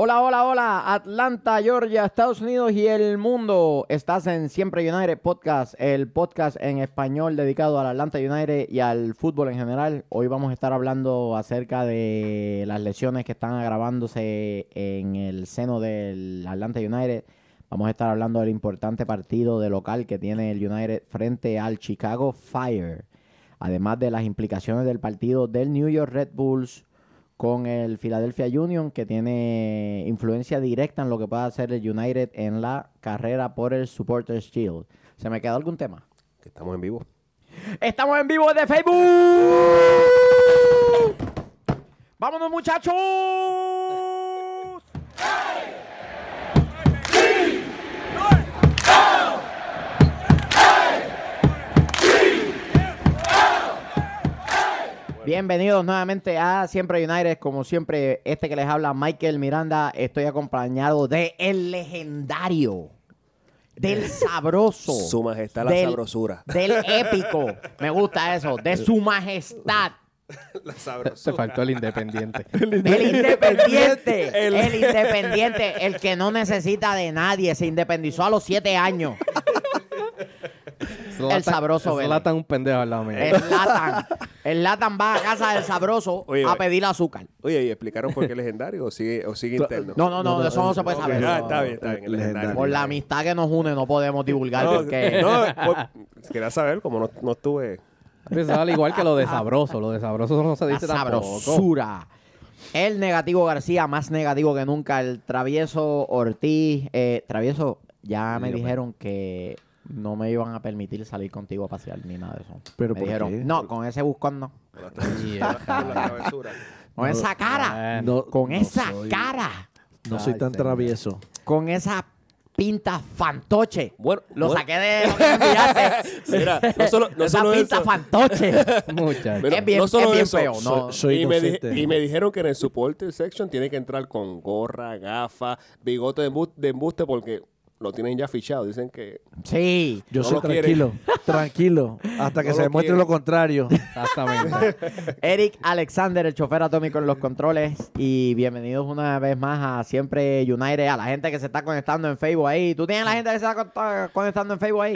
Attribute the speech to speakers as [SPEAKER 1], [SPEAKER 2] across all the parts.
[SPEAKER 1] Hola, hola, hola, Atlanta, Georgia, Estados Unidos y el mundo. Estás en Siempre United Podcast, el podcast en español dedicado al Atlanta United y al fútbol en general. Hoy vamos a estar hablando acerca de las lesiones que están agravándose en el seno del Atlanta United. Vamos a estar hablando del importante partido de local que tiene el United frente al Chicago Fire. Además de las implicaciones del partido del New York Red Bulls con el Philadelphia Union, que tiene influencia directa en lo que pueda hacer el United en la carrera por el Supporters Shield. ¿Se me quedó algún tema?
[SPEAKER 2] Que estamos en vivo.
[SPEAKER 1] ¡Estamos en vivo de Facebook! ¡Vámonos, muchachos! Bienvenidos nuevamente a Siempre United. Como siempre, este que les habla, Michael Miranda. Estoy acompañado de el legendario, del sabroso,
[SPEAKER 2] Su majestad la
[SPEAKER 1] del-
[SPEAKER 2] sabrosura.
[SPEAKER 1] del épico. Me gusta eso, de su majestad.
[SPEAKER 2] La
[SPEAKER 3] Se faltó el independiente.
[SPEAKER 1] El independiente, el... independiente, el que no necesita de nadie, se independizó a los siete años.
[SPEAKER 3] Zlatan-
[SPEAKER 1] sabroso, Vélez. Eh.
[SPEAKER 3] Zlatan un pendejo al lado mío.
[SPEAKER 1] El Latan, el Latan va a casa del sabroso
[SPEAKER 2] Oye,
[SPEAKER 1] a
[SPEAKER 2] oye.
[SPEAKER 1] pedir azúcar.
[SPEAKER 2] Oye, ¿y explicaron por qué legendario o sigue, o sigue interno?
[SPEAKER 1] No, no, no,
[SPEAKER 3] No, no,
[SPEAKER 1] de eso no se puede
[SPEAKER 2] Ok,
[SPEAKER 1] saber.
[SPEAKER 2] ah,
[SPEAKER 1] No,
[SPEAKER 2] está bien, está bien. el legendario.
[SPEAKER 1] Por la amistad que nos une no eh, podemos divulgar
[SPEAKER 2] No,
[SPEAKER 1] porque...
[SPEAKER 2] no, por- quería saber, como no, no estuve.
[SPEAKER 3] Pensaba al igual que lo de
[SPEAKER 1] Ah.
[SPEAKER 3] sabroso. Lo de sabroso no se
[SPEAKER 1] La
[SPEAKER 3] dice tampoco.
[SPEAKER 1] sabrosura. El negativo García, más negativo que nunca. El travieso Ortiz. eh, travieso, ya me
[SPEAKER 3] Dígame.
[SPEAKER 1] dijeron que no me iban a permitir salir contigo a pasear ni nada de eso.
[SPEAKER 3] ¿Pero
[SPEAKER 1] me
[SPEAKER 3] por
[SPEAKER 1] dijeron,
[SPEAKER 3] qué?
[SPEAKER 1] no, con ese buscón no.
[SPEAKER 2] Con la travesura, con la travesura.
[SPEAKER 1] Con esa cara.
[SPEAKER 3] Bueno,
[SPEAKER 1] con
[SPEAKER 4] no
[SPEAKER 1] esa
[SPEAKER 4] soy-
[SPEAKER 1] cara.
[SPEAKER 4] No soy
[SPEAKER 3] Ay,
[SPEAKER 4] tan
[SPEAKER 3] señor.
[SPEAKER 4] travieso.
[SPEAKER 1] Con esa pinta fantoche.
[SPEAKER 2] Bueno,
[SPEAKER 1] Lo
[SPEAKER 2] bueno.
[SPEAKER 1] saqué de... lo que me enviaste.
[SPEAKER 2] Mira, no solo, no
[SPEAKER 1] esa
[SPEAKER 2] solo
[SPEAKER 1] pinta
[SPEAKER 2] eso.
[SPEAKER 1] fantoche.
[SPEAKER 3] muchachos.
[SPEAKER 2] Mira,
[SPEAKER 1] es bien-
[SPEAKER 2] no solo
[SPEAKER 1] es bien
[SPEAKER 2] eso,
[SPEAKER 1] feo, no.
[SPEAKER 4] Soy
[SPEAKER 2] y, me dije-
[SPEAKER 4] inocente.
[SPEAKER 2] y me dijeron que en el supporter section tiene que entrar con gorra, gafa, bigote de embu- de embuste porque lo tienen ya fichado. Dicen que
[SPEAKER 1] Sí.
[SPEAKER 4] Yo
[SPEAKER 2] No
[SPEAKER 4] soy
[SPEAKER 2] lo quiere.
[SPEAKER 4] tranquilo, tranquilo, hasta que
[SPEAKER 2] No
[SPEAKER 4] se
[SPEAKER 2] lo
[SPEAKER 4] demuestre
[SPEAKER 2] quiere.
[SPEAKER 4] lo contrario.
[SPEAKER 3] Exactamente.
[SPEAKER 1] Eric Alexander, el chofer atómico en los controles. Y bienvenidos una vez más a Siempre United, a la gente que se está conectando en Facebook ahí. ¿Tú tienes la gente que se está conta- conectando en Facebook ahí?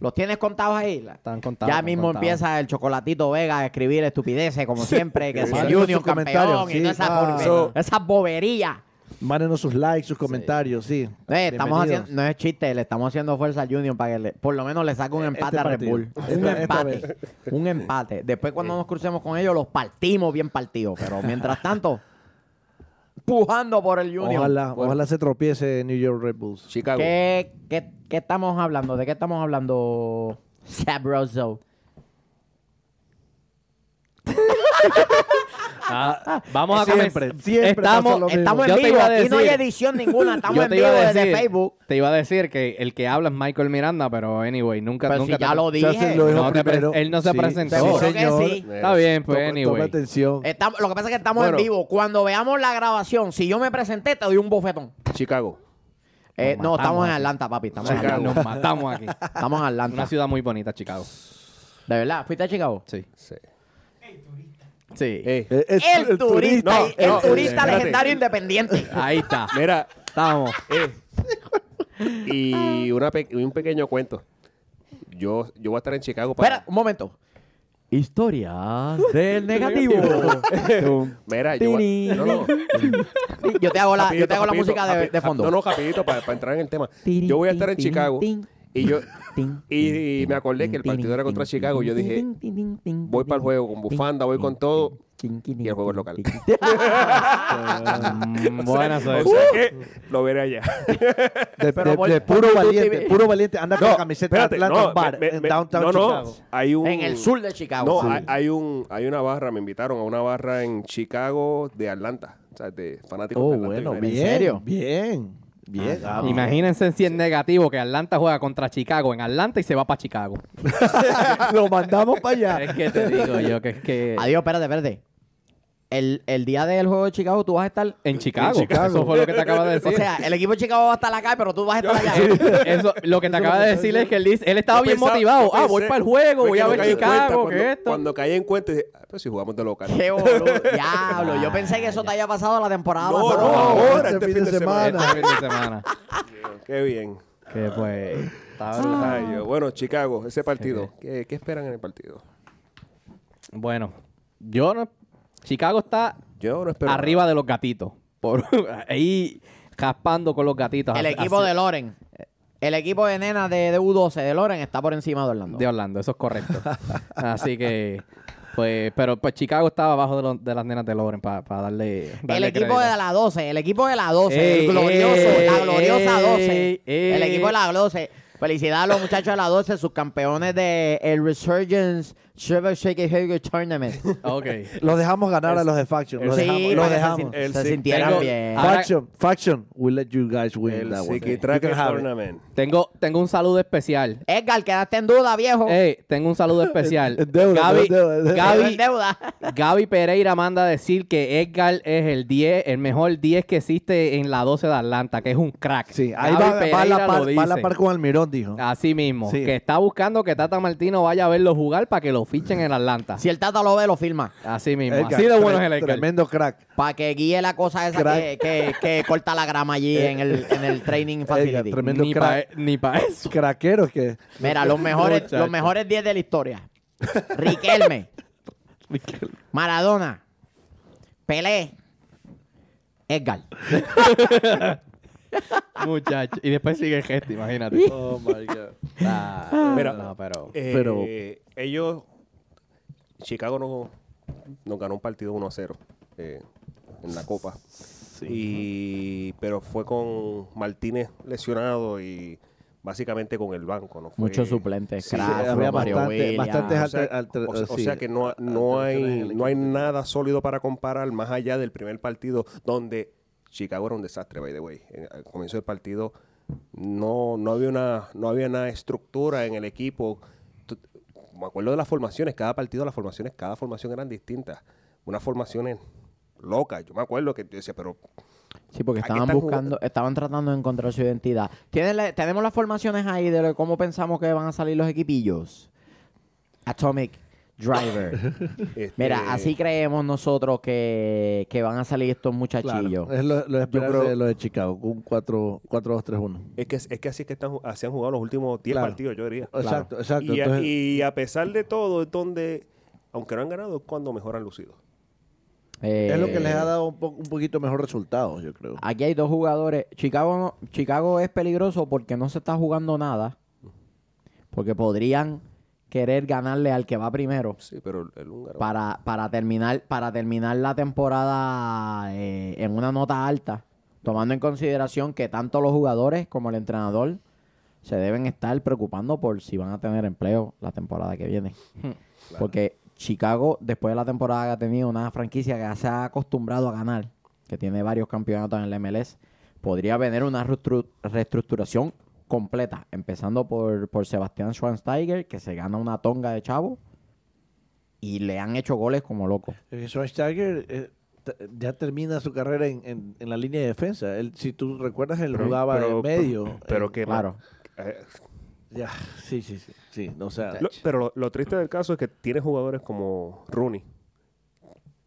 [SPEAKER 1] ¿Los tienes contados ahí? La-
[SPEAKER 3] Están contados,
[SPEAKER 1] ya
[SPEAKER 3] están
[SPEAKER 1] mismo
[SPEAKER 3] contados.
[SPEAKER 1] empieza el chocolatito Vega a escribir estupideces, como siempre, que si
[SPEAKER 4] Mándenos
[SPEAKER 1] el
[SPEAKER 4] sus
[SPEAKER 1] Union campeón
[SPEAKER 4] comentarios,
[SPEAKER 1] y
[SPEAKER 4] sí.
[SPEAKER 1] todas esas
[SPEAKER 4] Ah.
[SPEAKER 1] porque-
[SPEAKER 2] So-
[SPEAKER 1] esas boberías.
[SPEAKER 4] Mándenos sus likes, sus comentarios, sí.
[SPEAKER 1] Eh, estamos
[SPEAKER 4] Bienvenidos.
[SPEAKER 1] haciendo, no es chiste, le estamos haciendo fuerza al Junior para que le- por lo menos le saque un
[SPEAKER 3] Eh,
[SPEAKER 1] empate
[SPEAKER 4] Este
[SPEAKER 1] a Red
[SPEAKER 4] partido.
[SPEAKER 1] Bull.
[SPEAKER 4] Esta-
[SPEAKER 1] un
[SPEAKER 3] este
[SPEAKER 4] esta
[SPEAKER 1] empate. Un empate. Después cuando nos crucemos con ellos los partimos bien partidos. Pero mientras tanto, pujando por el Junior. Pues,
[SPEAKER 4] Ojalá,
[SPEAKER 2] Bueno.
[SPEAKER 4] ojalá se tropiece New York Red Bulls.
[SPEAKER 2] Chicago.
[SPEAKER 1] ¿Qué, qué, qué estamos hablando? ¿De qué estamos hablando? Sabroso.
[SPEAKER 3] Ah, vamos a
[SPEAKER 4] Siempre,
[SPEAKER 3] comenzar.
[SPEAKER 4] siempre pasa
[SPEAKER 3] Estamos,
[SPEAKER 4] lo mismo.
[SPEAKER 1] Estamos en
[SPEAKER 3] Yo te
[SPEAKER 1] vivo,
[SPEAKER 3] iba a
[SPEAKER 1] aquí no hay
[SPEAKER 3] decir-
[SPEAKER 1] edición ninguna, estamos
[SPEAKER 3] yo
[SPEAKER 1] en
[SPEAKER 3] te
[SPEAKER 1] vivo
[SPEAKER 3] iba a
[SPEAKER 1] desde
[SPEAKER 3] decir-
[SPEAKER 1] Facebook.
[SPEAKER 3] Te iba a decir que el que habla es Michael Miranda, pero anyway, nunca,
[SPEAKER 1] Pero si
[SPEAKER 3] nunca.
[SPEAKER 1] ya
[SPEAKER 3] te-
[SPEAKER 1] lo
[SPEAKER 4] O sea,
[SPEAKER 1] dije.
[SPEAKER 4] se lo dijo
[SPEAKER 3] No te pre-
[SPEAKER 4] primero.
[SPEAKER 3] él no se presentó.
[SPEAKER 1] eh. Seguro que
[SPEAKER 4] señor.
[SPEAKER 1] sí. Eh,
[SPEAKER 3] Está bien, pues
[SPEAKER 4] Toma-
[SPEAKER 3] anyway.
[SPEAKER 4] toma atención.
[SPEAKER 1] Estamos- lo que pasa es que estamos en
[SPEAKER 2] Bueno.
[SPEAKER 1] vivo. Cuando veamos la grabación, si yo me presenté, te doy un bofetón.
[SPEAKER 2] Chicago.
[SPEAKER 1] Eh,
[SPEAKER 3] Nos
[SPEAKER 1] no,
[SPEAKER 3] matamos
[SPEAKER 1] estamos en
[SPEAKER 3] aquí.
[SPEAKER 1] Atlanta, papi. Estamos en
[SPEAKER 3] Chicago,
[SPEAKER 1] Atlanta.
[SPEAKER 3] Nos matamos aquí.
[SPEAKER 1] Estamos en Atlanta.
[SPEAKER 3] Una ciudad muy bonita, Chicago.
[SPEAKER 1] ¿De verdad? ¿Fuiste a Chicago?
[SPEAKER 3] Sí.
[SPEAKER 2] Sí.
[SPEAKER 3] Sí.
[SPEAKER 2] Eh,
[SPEAKER 4] Eh, es-
[SPEAKER 1] El, turista,
[SPEAKER 2] no,
[SPEAKER 1] y- el
[SPEAKER 2] no,
[SPEAKER 1] turista
[SPEAKER 2] espérate.
[SPEAKER 1] legendario independiente.
[SPEAKER 3] Ahí está.
[SPEAKER 2] Mira, eh,
[SPEAKER 3] Estamos.
[SPEAKER 2] y una pe- y un pequeño cuento. Yo, yo voy a estar en Chicago para.
[SPEAKER 1] Espera, un momento. Historias del negativo.
[SPEAKER 2] Mira, yo voy a- no, no.
[SPEAKER 1] yo te hago la, yo
[SPEAKER 2] Rapidito,
[SPEAKER 1] te hago la
[SPEAKER 2] rapidito,
[SPEAKER 1] música de,
[SPEAKER 2] rapi-
[SPEAKER 1] de fondo.
[SPEAKER 2] No, no, rapidito, para, para entrar en el tema.
[SPEAKER 1] Tirin,
[SPEAKER 2] Yo voy a estar en
[SPEAKER 1] tin, tin,
[SPEAKER 2] Chicago
[SPEAKER 1] tin,
[SPEAKER 2] y yo
[SPEAKER 1] tin,
[SPEAKER 2] y, y
[SPEAKER 1] tin,
[SPEAKER 2] me acordé que el
[SPEAKER 1] tin,
[SPEAKER 2] partido era contra
[SPEAKER 1] tin,
[SPEAKER 2] Chicago. Yo
[SPEAKER 1] tin,
[SPEAKER 2] dije,
[SPEAKER 1] tin, tin, tin, tin,
[SPEAKER 2] voy
[SPEAKER 1] tin,
[SPEAKER 2] para el juego con
[SPEAKER 1] tin,
[SPEAKER 2] bufanda, voy
[SPEAKER 1] tin,
[SPEAKER 2] con todo.
[SPEAKER 1] tin, tin,
[SPEAKER 2] y el juego es
[SPEAKER 1] tin,
[SPEAKER 2] local.
[SPEAKER 1] tin, tin.
[SPEAKER 3] Mm, Buena
[SPEAKER 2] O
[SPEAKER 3] suerte.
[SPEAKER 2] sea que lo veré allá.
[SPEAKER 4] de,
[SPEAKER 1] Pero
[SPEAKER 4] de-
[SPEAKER 1] vol-
[SPEAKER 4] de puro
[SPEAKER 1] tú
[SPEAKER 4] valiente,
[SPEAKER 1] te-
[SPEAKER 4] puro valiente. Anda con la camiseta
[SPEAKER 2] espérate,
[SPEAKER 4] de Atlanta
[SPEAKER 2] no,
[SPEAKER 4] en bar,
[SPEAKER 2] me- me-
[SPEAKER 4] en downtown
[SPEAKER 2] no, no,
[SPEAKER 4] Chicago.
[SPEAKER 2] Hay un,
[SPEAKER 1] En el sur de Chicago.
[SPEAKER 2] No, hay, hay un, hay una barra, me invitaron a una barra en Chicago de Atlanta. O sea, de fanáticos de
[SPEAKER 4] Oh,
[SPEAKER 2] Atlanta
[SPEAKER 4] bueno,
[SPEAKER 2] United.
[SPEAKER 4] bien,
[SPEAKER 1] serio?
[SPEAKER 4] bien, bien.
[SPEAKER 1] Ah,
[SPEAKER 4] Ah,
[SPEAKER 3] Imagínense si es negativo que Atlanta juega contra Chicago en Atlanta y se va para Chicago.
[SPEAKER 4] lo mandamos para allá.
[SPEAKER 3] Es que te digo yo que es que.
[SPEAKER 1] Adiós, espérate, espérate. el, el día del juego de Chicago tú vas a estar...
[SPEAKER 3] En Chicago.
[SPEAKER 4] Chicago.
[SPEAKER 3] Eso fue lo que te acabas de decir.
[SPEAKER 1] O sea, el equipo de Chicago va a estar acá, pero tú vas a estar allá.
[SPEAKER 3] Eso, lo que te acaba de decir es que él, dice- él estaba
[SPEAKER 2] Yo
[SPEAKER 3] bien
[SPEAKER 2] pensaba-
[SPEAKER 3] motivado.
[SPEAKER 2] yo
[SPEAKER 3] Ah, voy
[SPEAKER 2] pensé-
[SPEAKER 3] para el juego,
[SPEAKER 2] fue
[SPEAKER 3] voy
[SPEAKER 2] que
[SPEAKER 3] a
[SPEAKER 2] no
[SPEAKER 3] ver
[SPEAKER 2] caí en cuenta
[SPEAKER 3] Chicago,
[SPEAKER 2] cuando,
[SPEAKER 3] que esto.
[SPEAKER 2] Cuando caí en cuenta, dije, ah, pero si jugamos de local.
[SPEAKER 1] Qué boludo. Diablo, yo pensé que eso te había pasado la temporada
[SPEAKER 2] No,
[SPEAKER 1] pasada.
[SPEAKER 2] no. ahora,
[SPEAKER 4] este fin de semana.
[SPEAKER 3] Este fin de semana.
[SPEAKER 2] Qué bien.
[SPEAKER 3] que pues. estaba-
[SPEAKER 2] Ay, Dios. Bueno, Chicago, ese partido. ¿Qué, qué esperan en el partido?
[SPEAKER 3] Bueno, yo no. Chicago está
[SPEAKER 2] Yo no espero.
[SPEAKER 3] arriba de los gatitos. Por, ahí raspando con los gatitos.
[SPEAKER 1] El
[SPEAKER 3] así-
[SPEAKER 1] equipo
[SPEAKER 3] así-
[SPEAKER 1] de Loren. El equipo de nena de, de U12 de Loren está por encima de Orlando.
[SPEAKER 3] de Orlando, eso es correcto. Así que, pues, pero pues Chicago estaba abajo de, lo- de las nenas de Loren para darle,
[SPEAKER 1] el
[SPEAKER 3] darle
[SPEAKER 1] equipo
[SPEAKER 3] crédito.
[SPEAKER 1] de la 12, el equipo de la 12,
[SPEAKER 3] Ey,
[SPEAKER 1] el glorioso,
[SPEAKER 3] ey,
[SPEAKER 1] la gloriosa 12.
[SPEAKER 3] ey, ey.
[SPEAKER 1] El equipo de la 12. Felicidad a los muchachos de la 12, sus campeones de el Resurgence Trevor Shake Hager Tournament.
[SPEAKER 3] Ok.
[SPEAKER 4] Los dejamos ganar a los de Faction. Los
[SPEAKER 1] Sí, para eh,
[SPEAKER 4] dejamos. Los
[SPEAKER 1] que
[SPEAKER 4] dejamos.
[SPEAKER 1] Se, sin-
[SPEAKER 2] El
[SPEAKER 1] se
[SPEAKER 2] sí.
[SPEAKER 1] sintieran
[SPEAKER 3] Tengo-
[SPEAKER 1] bien.
[SPEAKER 3] Ah, Ahora-
[SPEAKER 4] Faction, Faction, we let you guys win
[SPEAKER 2] El
[SPEAKER 4] that one. eh.
[SPEAKER 2] Siki
[SPEAKER 4] You
[SPEAKER 2] Tracker
[SPEAKER 4] can have it.
[SPEAKER 2] Tournament.
[SPEAKER 3] Tengo, tengo un saludo especial.
[SPEAKER 1] Edgar, quedaste en duda, viejo.
[SPEAKER 3] Ey, tengo un saludo especial.
[SPEAKER 4] En deuda,
[SPEAKER 3] Gaby,
[SPEAKER 4] en deuda, en deuda.
[SPEAKER 1] Quedó en
[SPEAKER 3] Eh, Gaby,
[SPEAKER 1] deuda.
[SPEAKER 3] Gaby Pereira manda a decir que Edgar es el 10, el mejor 10 que existe en la 12 de Atlanta, que es un crack.
[SPEAKER 4] Sí, ahí
[SPEAKER 3] Gaby
[SPEAKER 4] va, va a la
[SPEAKER 3] Pereira
[SPEAKER 4] par,
[SPEAKER 3] lo
[SPEAKER 4] va a la
[SPEAKER 3] dice. Ah,
[SPEAKER 4] par con Almirón, dijo.
[SPEAKER 3] Así mismo,
[SPEAKER 4] Sí.
[SPEAKER 3] que está buscando que Tata Martino vaya a verlo jugar para que lo fichen en Atlanta.
[SPEAKER 1] Si el Tata lo ve, lo firma.
[SPEAKER 3] Así mismo,
[SPEAKER 4] Edgar,
[SPEAKER 3] así de bueno
[SPEAKER 4] tre-
[SPEAKER 3] es el Edgar.
[SPEAKER 4] Tremendo crack.
[SPEAKER 1] Para que guíe la cosa esa
[SPEAKER 4] Crack.
[SPEAKER 1] que, que- que corta la grama allí
[SPEAKER 3] Eh,
[SPEAKER 1] en el, en el training facility.
[SPEAKER 4] tremendo
[SPEAKER 3] ni
[SPEAKER 4] crack.
[SPEAKER 3] para ni pa eso.
[SPEAKER 4] Craqueros que.
[SPEAKER 1] Mira, los mejores,
[SPEAKER 4] Muchacho.
[SPEAKER 1] los mejores 10 de la historia. Riquelme. Maradona. Pelé. Edgar.
[SPEAKER 3] Muchacho. Y después sigue el gesto, imagínate.
[SPEAKER 4] Oh my God.
[SPEAKER 3] Ah,
[SPEAKER 2] Mira.
[SPEAKER 3] no, pero.
[SPEAKER 2] Eh,
[SPEAKER 4] Pero-
[SPEAKER 2] ellos, Chicago no, nos ganó un partido 1 a 0 eh, en la Copa. Y, pero fue con Martínez lesionado y básicamente con el banco. ¿no? Fue-
[SPEAKER 1] Muchos suplentes.
[SPEAKER 2] Sí,
[SPEAKER 1] Crawford,
[SPEAKER 4] había
[SPEAKER 1] Mario
[SPEAKER 4] bastante-
[SPEAKER 1] Williams.
[SPEAKER 4] bastantes
[SPEAKER 2] O sea,
[SPEAKER 4] Alter-
[SPEAKER 2] o- o
[SPEAKER 4] ah, sí.
[SPEAKER 2] sea que no, no,
[SPEAKER 4] Alteraciones en
[SPEAKER 2] hay,
[SPEAKER 4] el
[SPEAKER 2] no hay nada sólido para comparar más allá del primer partido donde Chicago era un desastre, by the way. En- Al comienzo del partido no, no, había una, no había una estructura en el equipo. Tú- Me acuerdo de las formaciones, cada partido las formaciones, cada formación eran distintas. Unas formaciones locas. Yo me acuerdo que yo decía, pero
[SPEAKER 1] Sí, porque
[SPEAKER 2] Aquí
[SPEAKER 1] estaban
[SPEAKER 2] están
[SPEAKER 1] buscando, estaban tratando de encontrar su identidad. ¿Tienen la- tenemos las formaciones ahí de lo- cómo pensamos que van a salir los equipillos. Atomic Driver.
[SPEAKER 2] este,
[SPEAKER 1] Mira, así creemos nosotros que, que van a salir estos muchachillos.
[SPEAKER 4] Claro, es lo, lo esperable
[SPEAKER 2] creo-
[SPEAKER 4] de lo de Chicago, con 4-2-3-1.
[SPEAKER 2] es que, es que así es que están, ju- así han jugado los últimos 10
[SPEAKER 4] Claro.
[SPEAKER 2] partidos, yo diría.
[SPEAKER 4] Exacto, exacto.
[SPEAKER 2] Y, a-
[SPEAKER 4] entonces-
[SPEAKER 2] y a pesar de todo, es donde, aunque no han ganado, es cuando mejor han lucido.
[SPEAKER 1] Eh,
[SPEAKER 4] es lo que les ha dado un, po- un poquito mejor resultado, yo creo.
[SPEAKER 1] Aquí hay dos jugadores. Chicago, no- Chicago es peligroso porque no se está jugando nada. Porque podrían querer ganarle al que va primero
[SPEAKER 2] Sí, pero el, el húngaro.
[SPEAKER 1] para, para, terminar, para terminar la temporada eh, en una nota alta. Tomando en consideración que tanto los jugadores como el entrenador se deben estar preocupando por si van a tener empleo la temporada que viene. Porque Chicago, después de la temporada que ha tenido, una franquicia que se ha acostumbrado a ganar, que tiene varios campeonatos en el MLS, podría venir una restru- reestructuración completa, empezando por, por Sebastián Schwansteiger, que se gana una tonga de chavo, y le han hecho goles como loco.
[SPEAKER 4] Eh, Schweinsteiger eh, t- ya termina su carrera en, en- en la línea de defensa. Él, si tú recuerdas, él
[SPEAKER 2] Pero-
[SPEAKER 4] jugaba
[SPEAKER 2] pero-
[SPEAKER 4] de medio.
[SPEAKER 2] Pero
[SPEAKER 4] eh,
[SPEAKER 2] que
[SPEAKER 1] Claro.
[SPEAKER 2] eh,
[SPEAKER 4] ya, sí, sí, sí. sí no, o sea,
[SPEAKER 2] lo- pero lo, lo triste del caso es que tiene jugadores como Rooney,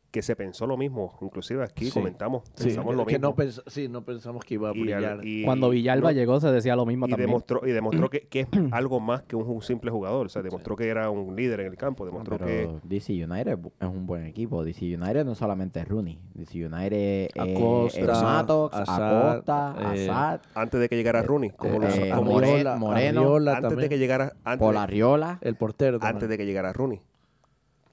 [SPEAKER 2] que se pensó lo mismo. Inclusive aquí
[SPEAKER 4] Sí.
[SPEAKER 2] comentamos,
[SPEAKER 4] sí,
[SPEAKER 2] pensamos lo
[SPEAKER 4] que
[SPEAKER 2] mismo.
[SPEAKER 4] no pens- sí, no pensamos que iba a
[SPEAKER 2] Y al-
[SPEAKER 4] brillar.
[SPEAKER 2] y-
[SPEAKER 3] Cuando Villalba
[SPEAKER 2] no,
[SPEAKER 3] llegó se decía lo mismo
[SPEAKER 2] y
[SPEAKER 3] también.
[SPEAKER 2] demostró, y demostró que, que es algo más que un, ju- simple jugador. O sea, demostró que era un líder en el campo. Demostró que
[SPEAKER 1] Pero DC United es bu- es un buen equipo. DC United no solamente es Rooney. DC United es
[SPEAKER 4] Acosta,
[SPEAKER 1] es Matos,
[SPEAKER 4] Azar,
[SPEAKER 1] Acosta,
[SPEAKER 4] eh,
[SPEAKER 1] Azar,
[SPEAKER 2] antes de que llegara Rooney, como lo-
[SPEAKER 1] eh,
[SPEAKER 2] como-
[SPEAKER 1] More-
[SPEAKER 4] Arriola-
[SPEAKER 1] Moreno,
[SPEAKER 4] Arriola
[SPEAKER 2] antes de
[SPEAKER 4] también,
[SPEAKER 2] que llegara antes de-
[SPEAKER 1] Polariola.
[SPEAKER 4] el portero. también.
[SPEAKER 2] antes de que llegara Rooney.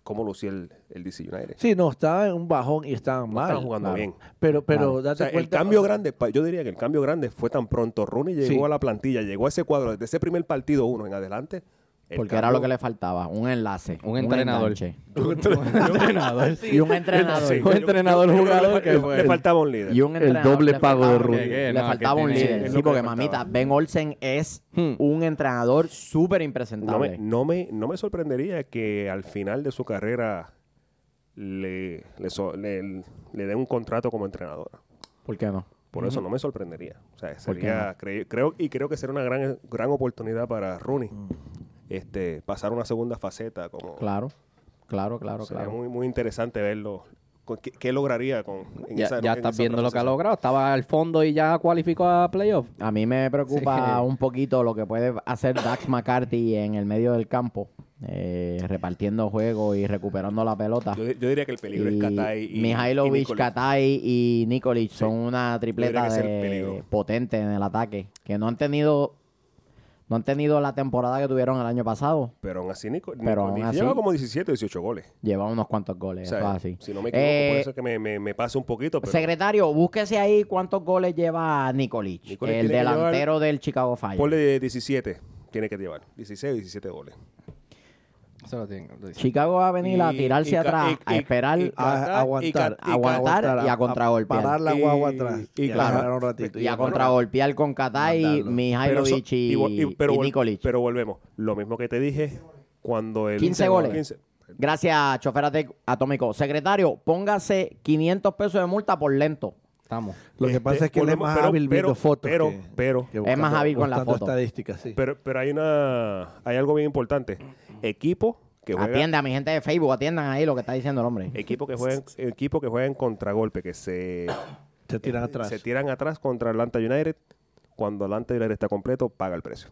[SPEAKER 2] ¿Cómo lucía el, el DC United?
[SPEAKER 4] Sí, no, estaba en un bajón y estaban mal.
[SPEAKER 2] Estaban jugando
[SPEAKER 1] claro.
[SPEAKER 2] bien.
[SPEAKER 4] Pero, pero
[SPEAKER 1] Claro.
[SPEAKER 2] O
[SPEAKER 4] date
[SPEAKER 2] sea, el
[SPEAKER 4] cuenta-
[SPEAKER 2] cambio grande, pa- yo diría que el cambio grande fue tan pronto. Rooney llegó
[SPEAKER 4] Sí.
[SPEAKER 2] a la plantilla, llegó a ese cuadro, desde ese primer partido uno en adelante. el
[SPEAKER 1] Porque era
[SPEAKER 2] cambio-
[SPEAKER 1] lo que le faltaba, un enlace.
[SPEAKER 3] Un entrenador.
[SPEAKER 1] enganche.
[SPEAKER 3] Un entrenador.
[SPEAKER 1] Y un entrenador.
[SPEAKER 2] Sí,
[SPEAKER 3] Un
[SPEAKER 2] yo-
[SPEAKER 3] entrenador
[SPEAKER 2] yo creo
[SPEAKER 3] jugador
[SPEAKER 2] le fa-
[SPEAKER 3] que
[SPEAKER 2] le-
[SPEAKER 3] fue
[SPEAKER 2] Le
[SPEAKER 3] el-
[SPEAKER 2] faltaba un líder.
[SPEAKER 1] Y un
[SPEAKER 4] El
[SPEAKER 1] entrenador.
[SPEAKER 4] doble
[SPEAKER 1] le
[SPEAKER 4] pago de
[SPEAKER 1] faltaba-
[SPEAKER 4] Rooney.
[SPEAKER 3] Que-
[SPEAKER 1] Le
[SPEAKER 3] que no,
[SPEAKER 1] faltaba
[SPEAKER 3] que
[SPEAKER 1] un
[SPEAKER 3] tiene-
[SPEAKER 1] líder.
[SPEAKER 2] es lo
[SPEAKER 1] Sí,
[SPEAKER 2] que
[SPEAKER 1] porque
[SPEAKER 2] le faltaba.
[SPEAKER 1] mamita, Ben Olsen es
[SPEAKER 3] Hmm.
[SPEAKER 1] un entrenador súper
[SPEAKER 2] no, me,
[SPEAKER 1] impresentable.
[SPEAKER 2] no, me, no me sorprendería que al final de su carrera le, le, so- le- le dé un contrato como entrenadora.
[SPEAKER 1] ¿Por qué no?
[SPEAKER 2] Por eso no me sorprendería. O sea,
[SPEAKER 1] ¿Por qué
[SPEAKER 2] sería, cre- creo, y creo que será una gran, gran oportunidad para Rooney este, pasar una segunda faceta. Como,
[SPEAKER 1] Mm. Claro, claro, claro,
[SPEAKER 2] sería
[SPEAKER 1] claro.
[SPEAKER 2] muy, muy interesante verlo. con- ¿Qué, qué lograría con en
[SPEAKER 3] Ya,
[SPEAKER 2] esa-
[SPEAKER 3] ya
[SPEAKER 2] en
[SPEAKER 3] estás
[SPEAKER 2] esa
[SPEAKER 3] viendo lo que ha
[SPEAKER 2] transición?
[SPEAKER 3] logrado. Estaba al fondo y ya cualificó a playoff.
[SPEAKER 1] A mí me preocupa
[SPEAKER 3] Sí.
[SPEAKER 1] un poquito lo que puede hacer Dax McCarthy en el medio del campo, eh, repartiendo juego y recuperando la pelota.
[SPEAKER 2] Yo, yo diría que el peligro
[SPEAKER 1] Y
[SPEAKER 2] es Katay y y
[SPEAKER 1] Mihailovic,
[SPEAKER 2] Nicolás.
[SPEAKER 1] Katay y Nikolic son una tripleta
[SPEAKER 2] Tendría que ser
[SPEAKER 1] de-
[SPEAKER 2] peligro.
[SPEAKER 1] potente en el ataque, que no han tenido no han tenido la temporada que tuvieron el año pasado.
[SPEAKER 2] Pero aún así, Nico,
[SPEAKER 1] Pero aún
[SPEAKER 2] Nico-
[SPEAKER 1] así-
[SPEAKER 2] lleva como 17 o 18 goles.
[SPEAKER 1] Lleva unos cuantos goles,
[SPEAKER 2] O sea,
[SPEAKER 1] eso es así.
[SPEAKER 2] Si no me equivoco, por
[SPEAKER 1] Eh,
[SPEAKER 2] eso es que me, me, me pasa un poquito. Pero
[SPEAKER 1] Secretario, búsquese ahí cuántos goles lleva Nikolic,
[SPEAKER 2] Nikolic
[SPEAKER 1] el
[SPEAKER 2] tiene que llevar-
[SPEAKER 1] delantero del Chicago Fire.
[SPEAKER 2] ponle 17, tiene que llevar. 16 o 17 goles.
[SPEAKER 3] Se lo tengo, lo dice.
[SPEAKER 1] Chicago va a venir a
[SPEAKER 2] Y-
[SPEAKER 1] tirarse
[SPEAKER 2] y ca-
[SPEAKER 1] atrás,
[SPEAKER 2] y-
[SPEAKER 1] a
[SPEAKER 2] y-
[SPEAKER 1] esperar.
[SPEAKER 2] y-
[SPEAKER 1] a-
[SPEAKER 2] Catar
[SPEAKER 4] A- aguantar,
[SPEAKER 1] y- aguantar y a contragolpear.
[SPEAKER 4] Parar la guagua
[SPEAKER 2] Y-
[SPEAKER 4] atrás.
[SPEAKER 2] y
[SPEAKER 4] a
[SPEAKER 1] claro.
[SPEAKER 4] parar un ratito.
[SPEAKER 1] y a
[SPEAKER 4] aguantar.
[SPEAKER 1] contragolpear con Katay,
[SPEAKER 4] Mandarlo.
[SPEAKER 2] Pero so-
[SPEAKER 1] Mihailovic y,
[SPEAKER 2] y vol- y- pero
[SPEAKER 1] y
[SPEAKER 2] vol-
[SPEAKER 1] Nikolic.
[SPEAKER 2] Pero volvemos. Lo mismo que te dije cuando el.
[SPEAKER 1] 15 goles.
[SPEAKER 2] 15.
[SPEAKER 1] Gracias, chofer ate- atómico. Secretario, póngase 500 pesos de multa por lento.
[SPEAKER 3] Estamos.
[SPEAKER 4] Lo que
[SPEAKER 2] Este,
[SPEAKER 4] pasa es que él es
[SPEAKER 2] volvemos,
[SPEAKER 4] más
[SPEAKER 2] pero-
[SPEAKER 4] hábil viendo
[SPEAKER 2] pero-
[SPEAKER 4] fotos.
[SPEAKER 2] pero-
[SPEAKER 4] que-
[SPEAKER 2] pero-
[SPEAKER 4] que
[SPEAKER 2] Es
[SPEAKER 4] buscando-
[SPEAKER 1] más hábil con la
[SPEAKER 4] buscando
[SPEAKER 1] foto.
[SPEAKER 4] estadísticas, sí.
[SPEAKER 2] Pero, pero hay una hay algo bien importante. Equipo que juega
[SPEAKER 1] Atienda a mi gente de Facebook, atiendan ahí lo que está diciendo el hombre.
[SPEAKER 2] equipo que juega en- equipo que juega en contragolpe, que se
[SPEAKER 4] Se tiran
[SPEAKER 2] eh,
[SPEAKER 4] atrás.
[SPEAKER 2] se tiran atrás contra Atlanta United. Cuando Atlanta United está completo, paga el precio.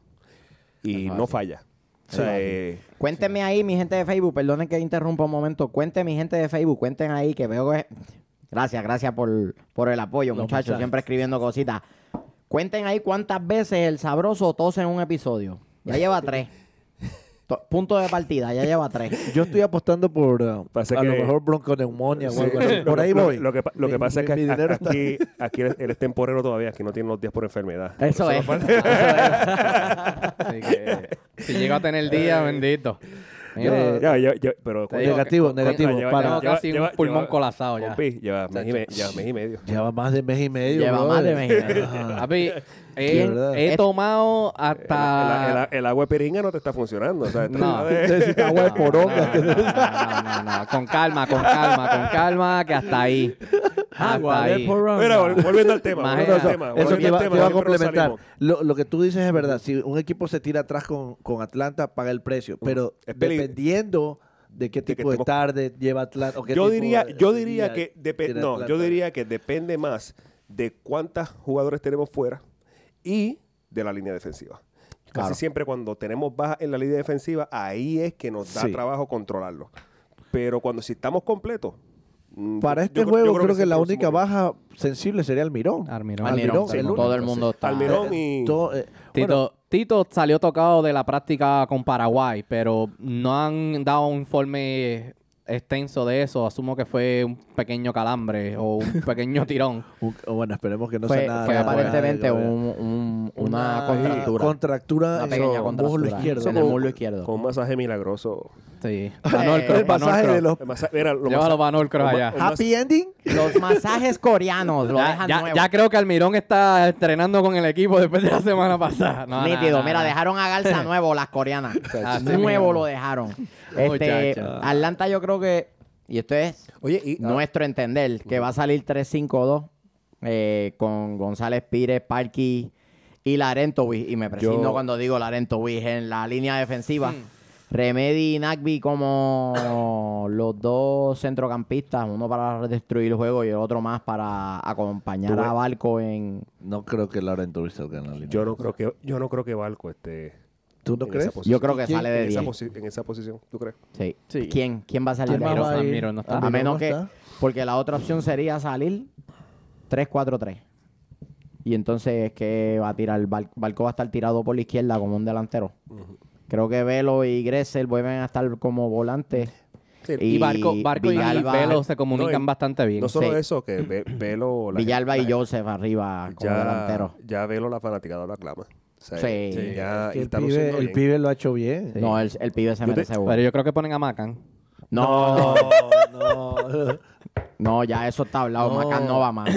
[SPEAKER 2] Y
[SPEAKER 1] Eso es
[SPEAKER 2] no
[SPEAKER 1] así.
[SPEAKER 2] falla. O
[SPEAKER 1] Eso
[SPEAKER 2] sea,
[SPEAKER 1] es así.
[SPEAKER 2] eh,
[SPEAKER 1] Cuéntenme ahí, mi gente de Facebook, perdonen que interrumpa un momento. Cuéntenme, mi gente de Facebook, cuenten ahí que veo que. Gracias, gracias por, por el apoyo,
[SPEAKER 4] Los
[SPEAKER 1] muchachos,
[SPEAKER 4] mensajes.
[SPEAKER 1] siempre escribiendo cositas. Cuenten ahí cuántas veces el sabroso tose en un episodio. Ya lleva tres. To- Punto de partida, ya lleva tres.
[SPEAKER 4] Yo estoy apostando por uh,
[SPEAKER 2] Pasa
[SPEAKER 4] a
[SPEAKER 2] que-
[SPEAKER 4] lo mejor bronconeumonia
[SPEAKER 2] Sí,
[SPEAKER 4] o algo
[SPEAKER 2] lo-
[SPEAKER 4] así.
[SPEAKER 2] lo-
[SPEAKER 4] Por ahí
[SPEAKER 2] lo-
[SPEAKER 4] voy.
[SPEAKER 2] Lo que, pa- lo que
[SPEAKER 4] Mi-
[SPEAKER 2] pasa
[SPEAKER 4] mi-
[SPEAKER 2] es
[SPEAKER 4] mi
[SPEAKER 2] que a-
[SPEAKER 4] dinero está-
[SPEAKER 2] aquí, aquí él es temporero todavía, aquí no tiene los días por enfermedad.
[SPEAKER 1] Eso es.
[SPEAKER 3] Así que, si llego a tener el día, bendito. Mira,
[SPEAKER 4] Eh,
[SPEAKER 2] Ya, ya, ya, pero
[SPEAKER 3] Te digo
[SPEAKER 4] negativo,
[SPEAKER 3] que-
[SPEAKER 4] negativo,
[SPEAKER 3] Lleva-
[SPEAKER 4] para.
[SPEAKER 3] tengo casi un pulmón colapsado ya.
[SPEAKER 2] Compi, lleva mes y, me-
[SPEAKER 3] Chacho.
[SPEAKER 2] lleva mes y medio.
[SPEAKER 4] Lleva más de mes y medio.
[SPEAKER 1] Lleva más de
[SPEAKER 4] brother.
[SPEAKER 1] mes y medio. Ah,
[SPEAKER 4] Ajá.
[SPEAKER 3] Papi,
[SPEAKER 4] De
[SPEAKER 3] he,
[SPEAKER 4] verdad.
[SPEAKER 3] he tomado
[SPEAKER 2] El, el-
[SPEAKER 3] hasta...
[SPEAKER 2] el- el agua de piringa no te está funcionando. O sea, está-
[SPEAKER 3] No.
[SPEAKER 4] Necesita agua de poronga.
[SPEAKER 3] No, no, no, no, no. Con calma, con calma, con calma, que hasta ahí.
[SPEAKER 4] Ah,
[SPEAKER 3] Hasta ahí.
[SPEAKER 2] Mira, vol- volviendo al tema.
[SPEAKER 3] Más
[SPEAKER 2] volviendo al
[SPEAKER 3] allá.
[SPEAKER 2] tema,
[SPEAKER 4] Eso te
[SPEAKER 2] volviendo
[SPEAKER 4] iba,
[SPEAKER 2] al
[SPEAKER 4] te
[SPEAKER 2] tema,
[SPEAKER 4] iba
[SPEAKER 2] siempre
[SPEAKER 4] a
[SPEAKER 2] nos
[SPEAKER 4] complementar.
[SPEAKER 2] salimos.
[SPEAKER 4] Lo, lo que tú dices es verdad. Si un equipo se tira atrás con, con Atlanta, paga el precio. Pero
[SPEAKER 2] Es peli-
[SPEAKER 4] dependiendo Mm. de qué
[SPEAKER 2] que
[SPEAKER 4] tipo de
[SPEAKER 2] estemos-
[SPEAKER 4] tarde lleva Atlanta. o qué
[SPEAKER 2] Yo
[SPEAKER 4] tipo
[SPEAKER 2] diría,
[SPEAKER 4] de-
[SPEAKER 2] yo
[SPEAKER 4] de
[SPEAKER 2] diría
[SPEAKER 4] día
[SPEAKER 2] que depe- no,
[SPEAKER 4] tiene
[SPEAKER 2] yo
[SPEAKER 4] Atlanta.
[SPEAKER 2] diría que depende más de cuántas jugadores tenemos fuera y de la línea defensiva. Casi
[SPEAKER 1] Claro.
[SPEAKER 2] siempre cuando tenemos bajas en la línea defensiva, ahí es que nos da
[SPEAKER 4] Sí.
[SPEAKER 2] trabajo controlarlo. Pero cuando si estamos completos, mm,
[SPEAKER 4] Para
[SPEAKER 2] yo-
[SPEAKER 4] este
[SPEAKER 2] yo
[SPEAKER 4] juego creo, que,
[SPEAKER 2] siempre
[SPEAKER 4] la
[SPEAKER 2] nos
[SPEAKER 4] única
[SPEAKER 2] hemos-
[SPEAKER 4] baja sensible sería Almirón.
[SPEAKER 3] Almirón.
[SPEAKER 1] Almirón,
[SPEAKER 4] el único,
[SPEAKER 1] todo el mundo está.
[SPEAKER 2] Almirón y
[SPEAKER 4] Todo, eh,
[SPEAKER 3] Tito,
[SPEAKER 4] bueno,
[SPEAKER 3] Tito salió tocado de la práctica con Paraguay, pero no han dado un informe extenso de eso. Asumo que fue un pequeño calambre o un pequeño tirón.
[SPEAKER 4] un- o bueno, esperemos que no
[SPEAKER 1] fue
[SPEAKER 4] sea nada.
[SPEAKER 1] fue
[SPEAKER 4] nada
[SPEAKER 1] aparentemente
[SPEAKER 4] grave,
[SPEAKER 1] un- un- una, contractura.
[SPEAKER 4] contractura
[SPEAKER 1] una
[SPEAKER 4] en
[SPEAKER 1] pequeña
[SPEAKER 4] el
[SPEAKER 1] contractura.
[SPEAKER 4] muslo izquierdo.
[SPEAKER 1] En el muslo izquierdo.
[SPEAKER 2] con un masaje milagroso.
[SPEAKER 3] Sí.
[SPEAKER 1] Eh,
[SPEAKER 4] El pasaje de los
[SPEAKER 2] El masa- mira, lo
[SPEAKER 3] Llévalo
[SPEAKER 2] masa-
[SPEAKER 3] para Norcross allá.
[SPEAKER 4] happy ending.
[SPEAKER 1] Los masajes coreanos lo
[SPEAKER 3] Ya,
[SPEAKER 1] dejan
[SPEAKER 3] ya-
[SPEAKER 1] nuevo.
[SPEAKER 3] ya creo que Almirón está entrenando con el equipo después de la semana pasada. No, no,
[SPEAKER 1] Nítido,
[SPEAKER 3] no,
[SPEAKER 1] mira,
[SPEAKER 3] no.
[SPEAKER 1] dejaron a Garza nuevo las coreanas. Ah,
[SPEAKER 3] Así
[SPEAKER 1] nuevo
[SPEAKER 3] mismo.
[SPEAKER 1] lo dejaron. Este,
[SPEAKER 3] Muchacho.
[SPEAKER 1] Atlanta yo creo que, y esto es
[SPEAKER 2] Oye, y ah,
[SPEAKER 1] nuestro entender, que va a salir 3-5-2 eh, con González Pires, Parky y Larentovic. Y me presigno
[SPEAKER 2] Yo-
[SPEAKER 1] cuando digo Larentovic en la línea defensiva.
[SPEAKER 3] Hmm.
[SPEAKER 1] Remedy y Nagby como los dos centrocampistas, uno para destruir el juego y el otro más para acompañar
[SPEAKER 2] Tuve-
[SPEAKER 1] a Barco en...
[SPEAKER 4] No creo que Laura Entourist salga en la línea.
[SPEAKER 2] yo no creo que yo no creo que Balco esté
[SPEAKER 4] ¿Tú no
[SPEAKER 2] en
[SPEAKER 4] crees?
[SPEAKER 2] esa
[SPEAKER 1] Yo
[SPEAKER 2] posición.
[SPEAKER 1] creo que
[SPEAKER 4] ¿Quién-
[SPEAKER 1] sale de
[SPEAKER 2] en esa,
[SPEAKER 1] 10.
[SPEAKER 2] posi- en esa posición, ¿tú crees?
[SPEAKER 1] Sí.
[SPEAKER 3] Sí.
[SPEAKER 1] ¿Quién? ¿Quién va a salir
[SPEAKER 4] ¿Quién
[SPEAKER 1] de
[SPEAKER 4] más
[SPEAKER 1] ahí?
[SPEAKER 3] Almirón,
[SPEAKER 4] va a ir?
[SPEAKER 3] Almirón no está.
[SPEAKER 1] A
[SPEAKER 4] Almirón
[SPEAKER 1] menos
[SPEAKER 4] no
[SPEAKER 1] que.
[SPEAKER 4] está.
[SPEAKER 1] Porque la otra opción sería salir 3-4-3. Y entonces es que va a tirar. el Barco va a estar tirado por la izquierda como un delantero. Creo que Velo y Gressel vuelven a estar como volantes.
[SPEAKER 2] Sí,
[SPEAKER 3] Y Barco, Barco y
[SPEAKER 1] Villalba-
[SPEAKER 3] Velo se comunican
[SPEAKER 2] No, y-
[SPEAKER 3] bastante bien.
[SPEAKER 2] No solo
[SPEAKER 1] Sí.
[SPEAKER 2] eso, que Ve- Velo... la-
[SPEAKER 1] Villalba y
[SPEAKER 2] la-
[SPEAKER 1] Joseph arriba como
[SPEAKER 2] Ya,
[SPEAKER 1] delantero.
[SPEAKER 2] ya Velo la fanaticada lo aclama. O sea,
[SPEAKER 1] Sí. Sí,
[SPEAKER 2] Ya, y
[SPEAKER 4] Que el,
[SPEAKER 2] está
[SPEAKER 4] pibe,
[SPEAKER 2] luciendo
[SPEAKER 4] el
[SPEAKER 2] bien.
[SPEAKER 4] pibe lo ha hecho bien.
[SPEAKER 1] No, el, el pibe se
[SPEAKER 2] Yo te-
[SPEAKER 1] merece uno.
[SPEAKER 3] Pero yo creo que ponen a Macan.
[SPEAKER 1] No, no,
[SPEAKER 4] no.
[SPEAKER 1] ya eso está hablado.
[SPEAKER 3] No.
[SPEAKER 1] Macan no va más.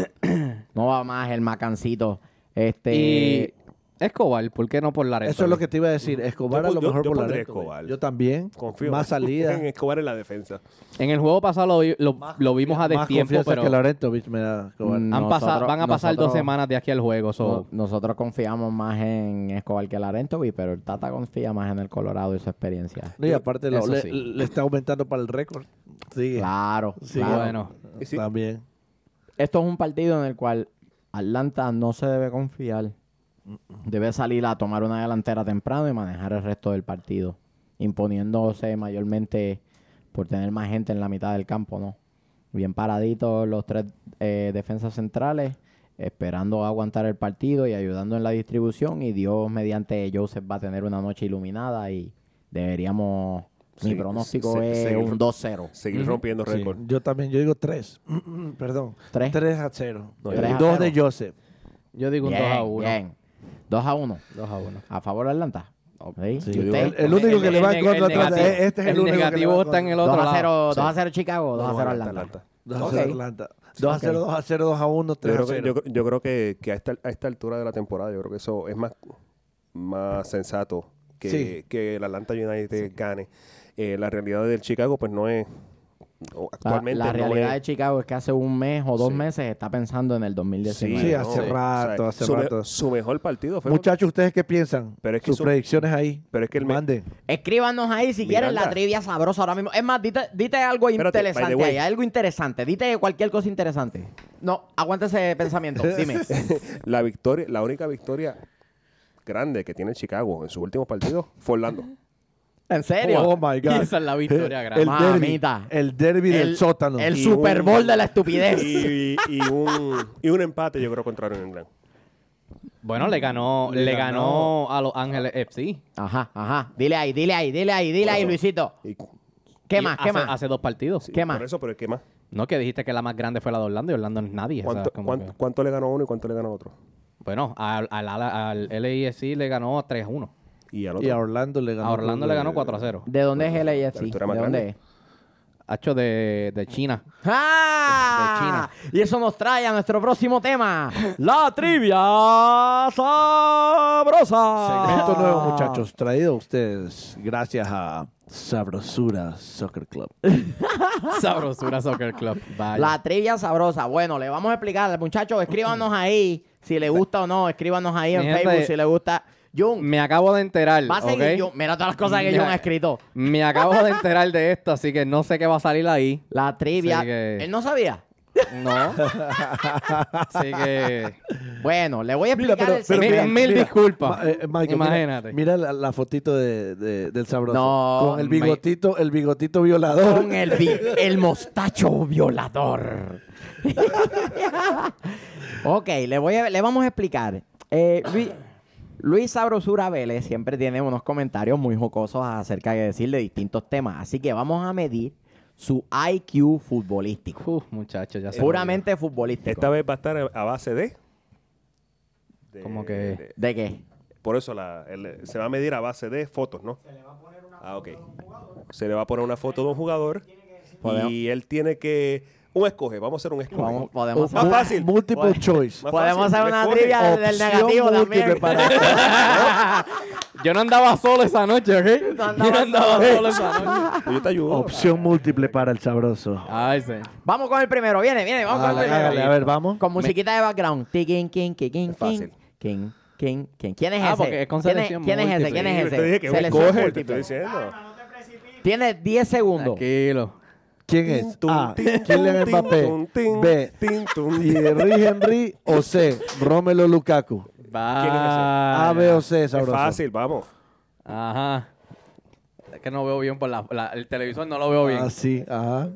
[SPEAKER 1] No va más el Macancito. Este.
[SPEAKER 3] Y Escobar, ¿por qué no por Laredo?
[SPEAKER 4] Eso es lo que te iba a decir. Escobar
[SPEAKER 2] Yo
[SPEAKER 4] a lo
[SPEAKER 2] pon- yo-
[SPEAKER 4] mejor
[SPEAKER 2] yo
[SPEAKER 4] por la
[SPEAKER 2] pondría
[SPEAKER 4] recta, güey.
[SPEAKER 2] Escobar.
[SPEAKER 4] Yo también.
[SPEAKER 2] Confío
[SPEAKER 4] Más salida.
[SPEAKER 2] en Escobar en la defensa.
[SPEAKER 3] En el juego pasado lo, vi- lo, lo vimos a
[SPEAKER 4] más
[SPEAKER 3] destiempo,
[SPEAKER 4] confianza
[SPEAKER 3] pero
[SPEAKER 4] que Laurentovich me da Escobar.
[SPEAKER 3] han
[SPEAKER 1] Mm. Nosotros-
[SPEAKER 3] pasado- van a pasar
[SPEAKER 1] nosotros-
[SPEAKER 3] dos semanas de aquí al juego.
[SPEAKER 1] No-
[SPEAKER 3] so-
[SPEAKER 1] nosotros confiamos más en Escobar que Larentovi, pero el Tata confía más en el Colorado y su experiencia.
[SPEAKER 4] No, y aparte lo-
[SPEAKER 3] Eso
[SPEAKER 4] le,
[SPEAKER 3] sí.
[SPEAKER 4] le está aumentando para el récord. Sigue.
[SPEAKER 1] Claro,
[SPEAKER 4] pues, Sí,
[SPEAKER 1] claro.
[SPEAKER 3] Bueno,
[SPEAKER 2] Y sí,
[SPEAKER 4] También.
[SPEAKER 1] Esto es un partido en el cual Atlanta no se debe confiar. Debe salir a tomar una delantera temprano y manejar el resto del partido, imponiéndose mayormente por tener más gente en la mitad del campo, ¿no? Bien paraditos los tres eh, defensas centrales, esperando aguantar el partido y ayudando en la distribución. Y Dios, mediante Joseph, va a tener una noche iluminada y deberíamos... mi
[SPEAKER 2] Sí,
[SPEAKER 1] pronóstico
[SPEAKER 2] se-
[SPEAKER 1] es
[SPEAKER 2] seguir-
[SPEAKER 1] un 2-0.
[SPEAKER 2] seguir
[SPEAKER 3] Ujú.
[SPEAKER 2] rompiendo
[SPEAKER 4] Sí.
[SPEAKER 2] récord.
[SPEAKER 4] Yo también, yo digo tres. Perdón.
[SPEAKER 1] ¿Tres?
[SPEAKER 4] Tres a cero.
[SPEAKER 2] No,
[SPEAKER 1] Tres a
[SPEAKER 4] Dos
[SPEAKER 1] cero.
[SPEAKER 4] de Joseph.
[SPEAKER 3] yo digo un 2 a
[SPEAKER 1] Bien,
[SPEAKER 3] 1.
[SPEAKER 1] bien. 2 a 1.
[SPEAKER 3] 2 a 1.
[SPEAKER 1] ¿A favor de Atlanta? ¿Sí?
[SPEAKER 4] Sí.
[SPEAKER 1] ¿Y
[SPEAKER 4] Yo
[SPEAKER 1] usted?
[SPEAKER 2] digo
[SPEAKER 4] El, el único que le va en contra Atlanta.
[SPEAKER 3] negativo.
[SPEAKER 4] eh, Este es el, único que le
[SPEAKER 3] negativo
[SPEAKER 4] va en
[SPEAKER 3] está en
[SPEAKER 4] contra.
[SPEAKER 3] el
[SPEAKER 1] 2
[SPEAKER 3] otro
[SPEAKER 1] a 0,
[SPEAKER 3] lado.
[SPEAKER 1] 2 a 0 Chicago, 2 a 0 Atlanta.
[SPEAKER 4] Dos a
[SPEAKER 1] Ok.
[SPEAKER 4] cero Atlanta. Dos a
[SPEAKER 1] Ok.
[SPEAKER 4] cero, dos a cero, dos a uno,
[SPEAKER 2] Yo
[SPEAKER 4] tres a
[SPEAKER 2] creo, que,
[SPEAKER 4] cero.
[SPEAKER 2] yo, creo- yo creo que, que a, esta, a esta altura de la temporada, yo creo que eso es más, más sensato que,
[SPEAKER 4] Sí.
[SPEAKER 2] que el Atlanta United gane. Eh, la realidad del Chicago, pues no es. o
[SPEAKER 1] La-
[SPEAKER 2] Actualmente
[SPEAKER 1] la
[SPEAKER 2] no
[SPEAKER 1] realidad
[SPEAKER 2] es-
[SPEAKER 1] de Chicago es que hace un mes o dos
[SPEAKER 2] Sí.
[SPEAKER 1] meses está pensando en el 2019.
[SPEAKER 4] Sí, hace
[SPEAKER 2] o sea,
[SPEAKER 4] rato, hace
[SPEAKER 2] su me-
[SPEAKER 4] rato.
[SPEAKER 2] su mejor partido fue.
[SPEAKER 4] Muchachos, ¿ustedes qué piensan?
[SPEAKER 2] Pero es que
[SPEAKER 4] Sus
[SPEAKER 2] eso-
[SPEAKER 4] predicciones ahí.
[SPEAKER 2] pero es que el me-
[SPEAKER 4] Manden.
[SPEAKER 1] Escríbanos ahí si
[SPEAKER 2] Miranda.
[SPEAKER 1] quieren la trivia sabrosa ahora mismo. Es más, dite, dite algo
[SPEAKER 2] Espérate, by the
[SPEAKER 1] interesante
[SPEAKER 2] way.
[SPEAKER 1] ahí, algo interesante. Dite cualquier cosa interesante. No, aguante ese pensamiento, dime.
[SPEAKER 2] la victoria, la única victoria grande que tiene Chicago en sus últimos partidos fue Orlando.
[SPEAKER 1] ¿En serio?
[SPEAKER 4] Oh my God.
[SPEAKER 3] Esa es la victoria grande.
[SPEAKER 4] El derby.
[SPEAKER 1] Mamita.
[SPEAKER 4] El derby del
[SPEAKER 1] El-
[SPEAKER 4] sótano.
[SPEAKER 1] El
[SPEAKER 2] Y
[SPEAKER 1] Super
[SPEAKER 2] un-
[SPEAKER 1] Bowl de la estupidez.
[SPEAKER 2] Y, y un, y un empate, yo creo, contra New England.
[SPEAKER 3] Bueno, le ganó,
[SPEAKER 4] Le
[SPEAKER 3] le ganó a Los Ángeles FC.
[SPEAKER 1] Ajá, ajá. Dile ahí, dile ahí, dile ahí, dile ahí, Luisito.
[SPEAKER 2] Y-
[SPEAKER 1] ¿Qué
[SPEAKER 3] Y
[SPEAKER 1] más?
[SPEAKER 3] hace,
[SPEAKER 1] ¿Qué más?
[SPEAKER 3] Hace dos partidos.
[SPEAKER 2] sí,
[SPEAKER 1] ¿Qué más?
[SPEAKER 2] Por eso, pero ¿qué más?
[SPEAKER 3] No, que dijiste que la más grande fue la de Orlando y Orlando no es nadie. o sea,
[SPEAKER 2] ¿Cuánto,
[SPEAKER 3] como
[SPEAKER 2] cuánto-
[SPEAKER 3] que-
[SPEAKER 2] cuánto le ganó uno y cuánto le ganó otro?
[SPEAKER 3] Bueno, al, al, al, al LAFC le ganó 3-1.
[SPEAKER 2] Y al otro.
[SPEAKER 4] Y a Orlando le ganó.
[SPEAKER 3] A Orlando le ganó 4-0.
[SPEAKER 1] ¿De dónde es el AFC?
[SPEAKER 2] altura
[SPEAKER 1] ¿De
[SPEAKER 2] más
[SPEAKER 1] dónde
[SPEAKER 2] grande.
[SPEAKER 1] es?
[SPEAKER 3] Hacho de, de China.
[SPEAKER 1] ¡Ah! Y eso nos trae a nuestro próximo tema. La trivia sabrosa.
[SPEAKER 4] Segmento nuevo,
[SPEAKER 1] Ah.
[SPEAKER 4] muchachos. Traído a ustedes gracias a Sabrosura Soccer Club.
[SPEAKER 3] Sabrosura Soccer Club. Vaya.
[SPEAKER 1] La trivia sabrosa. Bueno, le vamos a explicar. Muchachos, escríbanos ahí si le gusta o no. Escríbanos ahí en
[SPEAKER 3] Mi gente-
[SPEAKER 1] Facebook si le gusta. Jun,
[SPEAKER 3] Me acabo de enterar,
[SPEAKER 1] va a seguir
[SPEAKER 3] ¿ok?
[SPEAKER 1] Jun. Mira todas las cosas que
[SPEAKER 3] Mira.
[SPEAKER 1] Jun ha escrito.
[SPEAKER 3] Me acabo de enterar de esto, así que no sé qué va a salir ahí.
[SPEAKER 1] La trivia.
[SPEAKER 3] Así que-
[SPEAKER 1] Él no sabía.
[SPEAKER 3] No. Así que...
[SPEAKER 1] Bueno, le voy a
[SPEAKER 4] Mira,
[SPEAKER 1] explicar
[SPEAKER 4] pero-
[SPEAKER 1] el
[SPEAKER 4] pero
[SPEAKER 1] segmento.
[SPEAKER 3] mira, mil disculpas.
[SPEAKER 4] Ma- eh, Michael, mira-
[SPEAKER 3] Imagínate.
[SPEAKER 4] Mira, la, la fotito de, de- del sabroso.
[SPEAKER 1] No,
[SPEAKER 4] con el
[SPEAKER 1] me-
[SPEAKER 4] bigotito, el bigotito violador.
[SPEAKER 1] con el, vi- el mostacho violador. ok, le, voy a- le vamos a explicar. Eh, Luis, Luis Sabrosura Vélez siempre tiene unos comentarios muy jocosos acerca de decir de distintos temas. Así que vamos a medir su IQ futbolístico.
[SPEAKER 3] Uf, muchachos, ya se me
[SPEAKER 1] Puramente futbolístico.
[SPEAKER 2] Esta vez va a estar a a base de. de-
[SPEAKER 3] Como que-
[SPEAKER 2] de-
[SPEAKER 1] ¿De qué?
[SPEAKER 2] por eso la- el- se va a medir a base de fotos, ¿no? Se le va a poner una foto de un jugador. Se le va a poner una foto de un jugador. Y él tiene que. Un escoge, vamos a hacer un escoge.
[SPEAKER 1] Vamos- podemos
[SPEAKER 2] más
[SPEAKER 1] hacer-
[SPEAKER 2] fácil.
[SPEAKER 4] Múltiple
[SPEAKER 2] Más
[SPEAKER 4] choice.
[SPEAKER 2] fácil,
[SPEAKER 1] Podemos hacer una
[SPEAKER 2] escoge.
[SPEAKER 1] trivia del
[SPEAKER 4] Opción
[SPEAKER 1] negativo
[SPEAKER 4] múltiple
[SPEAKER 1] también.
[SPEAKER 4] para-
[SPEAKER 3] olvidó. Yo no andaba solo esa noche, ¿ok? Yo no andaba solo esa noche.
[SPEAKER 2] Oh, pues Yo te ayudo.
[SPEAKER 4] opción múltiple para el sabroso.
[SPEAKER 3] Ay, señor.
[SPEAKER 1] vamos con el primero. Viene, viene, vamos con el
[SPEAKER 4] Hágale,
[SPEAKER 1] primero.
[SPEAKER 4] hágale, a ver, vamos.
[SPEAKER 1] Con musiquita de background. Tiquín, quin, quiquín,
[SPEAKER 2] Es fácil.
[SPEAKER 1] quin, quin, quin. ¿Quién es
[SPEAKER 3] Ah,
[SPEAKER 1] ese?
[SPEAKER 3] porque es con
[SPEAKER 1] ¿Quién
[SPEAKER 3] selección
[SPEAKER 1] ¿Quién es ese?
[SPEAKER 3] múltiple.
[SPEAKER 1] ¿Quién
[SPEAKER 2] Sí,
[SPEAKER 1] es
[SPEAKER 2] te
[SPEAKER 1] ese?
[SPEAKER 2] dije que un
[SPEAKER 1] Selección
[SPEAKER 2] escoge, te
[SPEAKER 1] múltiple.
[SPEAKER 2] estoy diciendo.
[SPEAKER 4] Ah,
[SPEAKER 1] Tiene 10 segundos.
[SPEAKER 3] Tranquilo.
[SPEAKER 4] ¿Quién es? Ah, A. Kylian Mbappé. B. Thierry Henry o C. Romelo Lukaku.
[SPEAKER 3] Vaya.
[SPEAKER 4] A, B o C,
[SPEAKER 2] Es
[SPEAKER 4] sabroso.
[SPEAKER 2] fácil, vamos.
[SPEAKER 3] Ajá. Es que no veo bien por la, la- el televisor, no lo veo bien.
[SPEAKER 4] Ah, sí, ajá.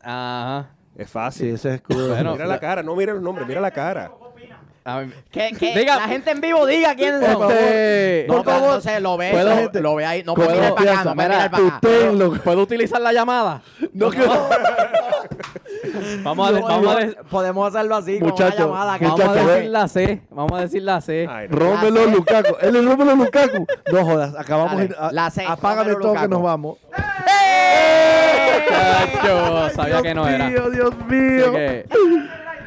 [SPEAKER 3] Ajá.
[SPEAKER 2] Es
[SPEAKER 4] Sí,
[SPEAKER 2] fácil.
[SPEAKER 4] ese es escudo.
[SPEAKER 3] Bueno,
[SPEAKER 2] mira la cara, no mira los nombres, mira la cara.
[SPEAKER 3] A ver,
[SPEAKER 1] Que, que
[SPEAKER 3] Diga-
[SPEAKER 1] la gente en vivo diga quién es.
[SPEAKER 3] Este-
[SPEAKER 1] no, pero
[SPEAKER 3] por favor.
[SPEAKER 1] no sé, lo ve,
[SPEAKER 3] Puedo-
[SPEAKER 1] lo- lo, ve ahí. No puede
[SPEAKER 4] Puedo-
[SPEAKER 1] mirar para acá, no puede
[SPEAKER 4] Mira,
[SPEAKER 1] mirar para acá.
[SPEAKER 4] tutéenlo.
[SPEAKER 3] ¿Puedo utilizar la llamada? No, Vamos a,
[SPEAKER 1] No,
[SPEAKER 3] vamos a,
[SPEAKER 1] no,
[SPEAKER 3] de-
[SPEAKER 1] podemos hacerlo así,
[SPEAKER 4] Muchacho,
[SPEAKER 1] con una llamada. que-
[SPEAKER 3] vamos a
[SPEAKER 4] Muchacho, ve.
[SPEAKER 3] decir la C. Vamos a decir la
[SPEAKER 4] Eh,
[SPEAKER 3] C.
[SPEAKER 2] Ay, no.
[SPEAKER 4] Romelo
[SPEAKER 1] La C.
[SPEAKER 4] Lukaku. Él es Romelo Lukaku. No jodas, acabamos
[SPEAKER 1] Dale,
[SPEAKER 4] de ir- a-
[SPEAKER 1] la C,
[SPEAKER 4] Apágame
[SPEAKER 1] Romelu
[SPEAKER 4] todo que
[SPEAKER 1] Lukaku.
[SPEAKER 4] nos vamos.
[SPEAKER 3] Chacho, sabía que no era.
[SPEAKER 4] Dios mío, Dios
[SPEAKER 3] Así
[SPEAKER 4] mío.
[SPEAKER 3] que,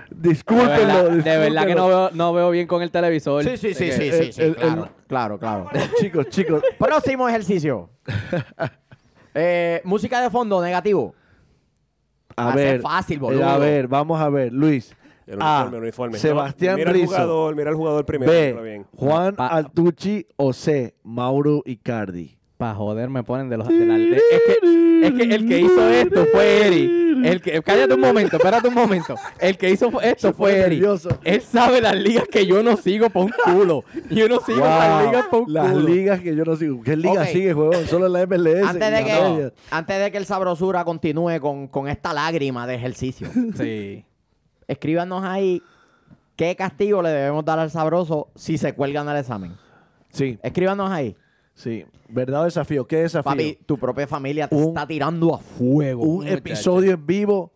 [SPEAKER 3] De verdad,
[SPEAKER 4] Discúlpenlo.
[SPEAKER 3] de verdad que no
[SPEAKER 4] discúlpenlo.
[SPEAKER 3] veo, no veo bien con el televisor.
[SPEAKER 1] Sí, sí, sí,
[SPEAKER 3] Así
[SPEAKER 1] sí,
[SPEAKER 3] que-
[SPEAKER 1] sí, sí,
[SPEAKER 4] el- el-
[SPEAKER 1] claro, claro, claro.
[SPEAKER 4] Chicos, chicos.
[SPEAKER 1] Próximo ejercicio. Eh, música de fondo, negativo.
[SPEAKER 4] A
[SPEAKER 1] Hace
[SPEAKER 4] ver.
[SPEAKER 1] fácil,
[SPEAKER 4] eh,
[SPEAKER 1] boludo.
[SPEAKER 4] A ver, vamos a ver. Luis.
[SPEAKER 2] El
[SPEAKER 4] A.
[SPEAKER 2] uniforme, el uniforme.
[SPEAKER 4] Ah, Sebastián
[SPEAKER 2] mira
[SPEAKER 4] Rizzo.
[SPEAKER 2] el jugador, mira el jugador primero. míralo
[SPEAKER 4] B.
[SPEAKER 2] bien.
[SPEAKER 4] Juan
[SPEAKER 3] Pa-
[SPEAKER 4] Altucci o C. Mauro Icardi.
[SPEAKER 3] Pa' joder, me ponen de los de la- de- es, que, es que el que hizo esto fue Eri. El que, cállate un momento, espérate un momento. El que hizo esto fue
[SPEAKER 4] pone
[SPEAKER 3] Eri.
[SPEAKER 4] nervioso.
[SPEAKER 3] Él sabe las ligas que yo no sigo por un culo. Yo no sigo las
[SPEAKER 4] Wow,
[SPEAKER 3] ligas por un
[SPEAKER 4] Las
[SPEAKER 3] culo.
[SPEAKER 4] ligas que yo no sigo. ¿Qué liga
[SPEAKER 1] Ok.
[SPEAKER 4] sigue, huevón? Solo la MLS.
[SPEAKER 1] Antes de,
[SPEAKER 4] y
[SPEAKER 1] que,
[SPEAKER 4] la-
[SPEAKER 1] antes de que el Sabrosura continúe con, con esta lágrima de ejercicio,
[SPEAKER 3] Sí.
[SPEAKER 1] escríbanos ahí qué castigo le debemos dar al Sabroso si se cuelgan al examen.
[SPEAKER 4] Sí,
[SPEAKER 1] Escríbanos ahí.
[SPEAKER 4] sí. ¿Verdad o desafío? ¿Qué desafío?
[SPEAKER 1] Papi, tu propia familia te
[SPEAKER 4] Un-
[SPEAKER 1] está tirando a fuego.
[SPEAKER 4] un
[SPEAKER 3] muchacho.
[SPEAKER 4] episodio en vivo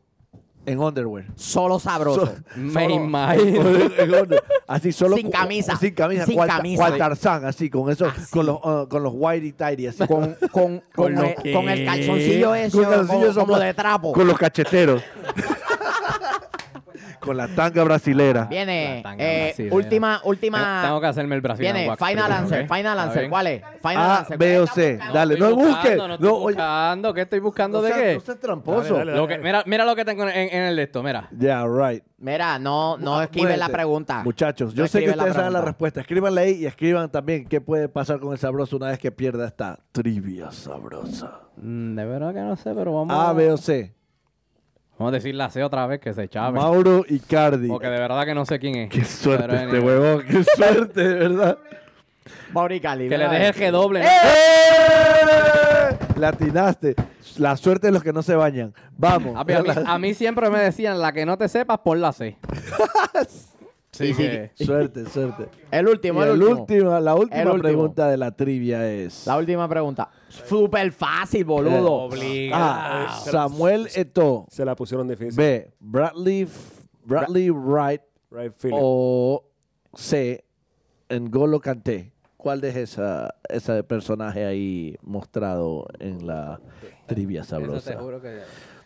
[SPEAKER 4] en underwear.
[SPEAKER 1] Solo Sabroso.
[SPEAKER 3] Me
[SPEAKER 4] Solo-
[SPEAKER 3] imagino.
[SPEAKER 4] En underwear. así solo
[SPEAKER 1] Sin
[SPEAKER 4] cu-
[SPEAKER 1] camisa.
[SPEAKER 4] sin camisa,
[SPEAKER 1] Sin
[SPEAKER 4] cual,
[SPEAKER 1] camisa. Ah,
[SPEAKER 4] cual Tarzán, así con eso, con los uh, con los whitey tighty, así con,
[SPEAKER 1] Con, con, con
[SPEAKER 3] lo
[SPEAKER 1] el,
[SPEAKER 3] que-
[SPEAKER 1] con el calzoncillo ese
[SPEAKER 4] con calzoncillos
[SPEAKER 1] como, como
[SPEAKER 4] sopla-
[SPEAKER 1] de trapo.
[SPEAKER 4] con los cacheteros, con la tanga brasilera.
[SPEAKER 1] Viene.
[SPEAKER 3] La tanga
[SPEAKER 1] eh,
[SPEAKER 3] brasileña.
[SPEAKER 1] última, última.
[SPEAKER 3] Tengo que hacerme el brasileño.
[SPEAKER 1] Viene.
[SPEAKER 3] wax
[SPEAKER 1] Final
[SPEAKER 3] primero,
[SPEAKER 1] answer.
[SPEAKER 3] ¿ok?
[SPEAKER 1] Final
[SPEAKER 3] ¿Está
[SPEAKER 1] answer.
[SPEAKER 3] bien?
[SPEAKER 1] ¿Cuál es? Final
[SPEAKER 4] A,
[SPEAKER 1] answer.
[SPEAKER 4] B o C. Dale, no
[SPEAKER 3] estoy
[SPEAKER 4] busques.
[SPEAKER 3] buscando, No, estoy
[SPEAKER 4] No, oye,
[SPEAKER 3] buscando. ¿Qué estoy buscando
[SPEAKER 4] no
[SPEAKER 3] de
[SPEAKER 4] seas-
[SPEAKER 3] qué?
[SPEAKER 4] no seas tramposo.
[SPEAKER 2] Dale, dale,
[SPEAKER 3] Lo que- mira, mira lo que tengo en, en el de esto, mira.
[SPEAKER 4] Yeah, right.
[SPEAKER 1] Mira, no, no
[SPEAKER 4] Ah,
[SPEAKER 1] escriben la
[SPEAKER 4] muévete.
[SPEAKER 1] pregunta.
[SPEAKER 4] Muchachos, yo
[SPEAKER 1] No
[SPEAKER 4] sé que
[SPEAKER 1] escribe la
[SPEAKER 4] ustedes saben la
[SPEAKER 1] pregunta.
[SPEAKER 4] respuesta. Escríbanla ahí y escriban también qué puede pasar con el sabroso una vez que pierda esta trivia sabrosa.
[SPEAKER 3] Mm, De verdad que no sé, pero vamos
[SPEAKER 4] A, B o C.
[SPEAKER 3] Vamos a decir la C otra vez que se chave.
[SPEAKER 4] Mauro Icardi.
[SPEAKER 3] Porque de verdad que no sé quién es.
[SPEAKER 4] Qué
[SPEAKER 3] Pero
[SPEAKER 4] suerte este
[SPEAKER 3] anyway.
[SPEAKER 4] huevón, qué suerte, de verdad.
[SPEAKER 1] Mauricali.
[SPEAKER 3] Que le
[SPEAKER 1] mira,
[SPEAKER 3] deje el que doble. ¿no?
[SPEAKER 4] Latinaste. La suerte de los que no se bañan. Vamos.
[SPEAKER 1] Ah,
[SPEAKER 3] Papi, a, mí, a mí siempre me decían, la que no te sepas, por la C. sí,
[SPEAKER 1] sí.
[SPEAKER 3] que-
[SPEAKER 4] Suerte, suerte.
[SPEAKER 1] El
[SPEAKER 4] Y
[SPEAKER 1] último, el,
[SPEAKER 4] el
[SPEAKER 1] último.
[SPEAKER 4] última, la última
[SPEAKER 1] El último.
[SPEAKER 4] pregunta de la trivia es.
[SPEAKER 1] La última pregunta. Súper fácil, boludo.
[SPEAKER 4] A. Samuel Eto.
[SPEAKER 2] Se la pusieron difícil.
[SPEAKER 4] B. Bradley, F- Bradley Wright.
[SPEAKER 2] Right, Philip.
[SPEAKER 3] Oh,
[SPEAKER 4] O C. N'Golo Kanté. ¿Cuál es esa, ese personaje ahí mostrado en la trivia
[SPEAKER 3] Eso
[SPEAKER 4] sabrosa?
[SPEAKER 3] te juro que...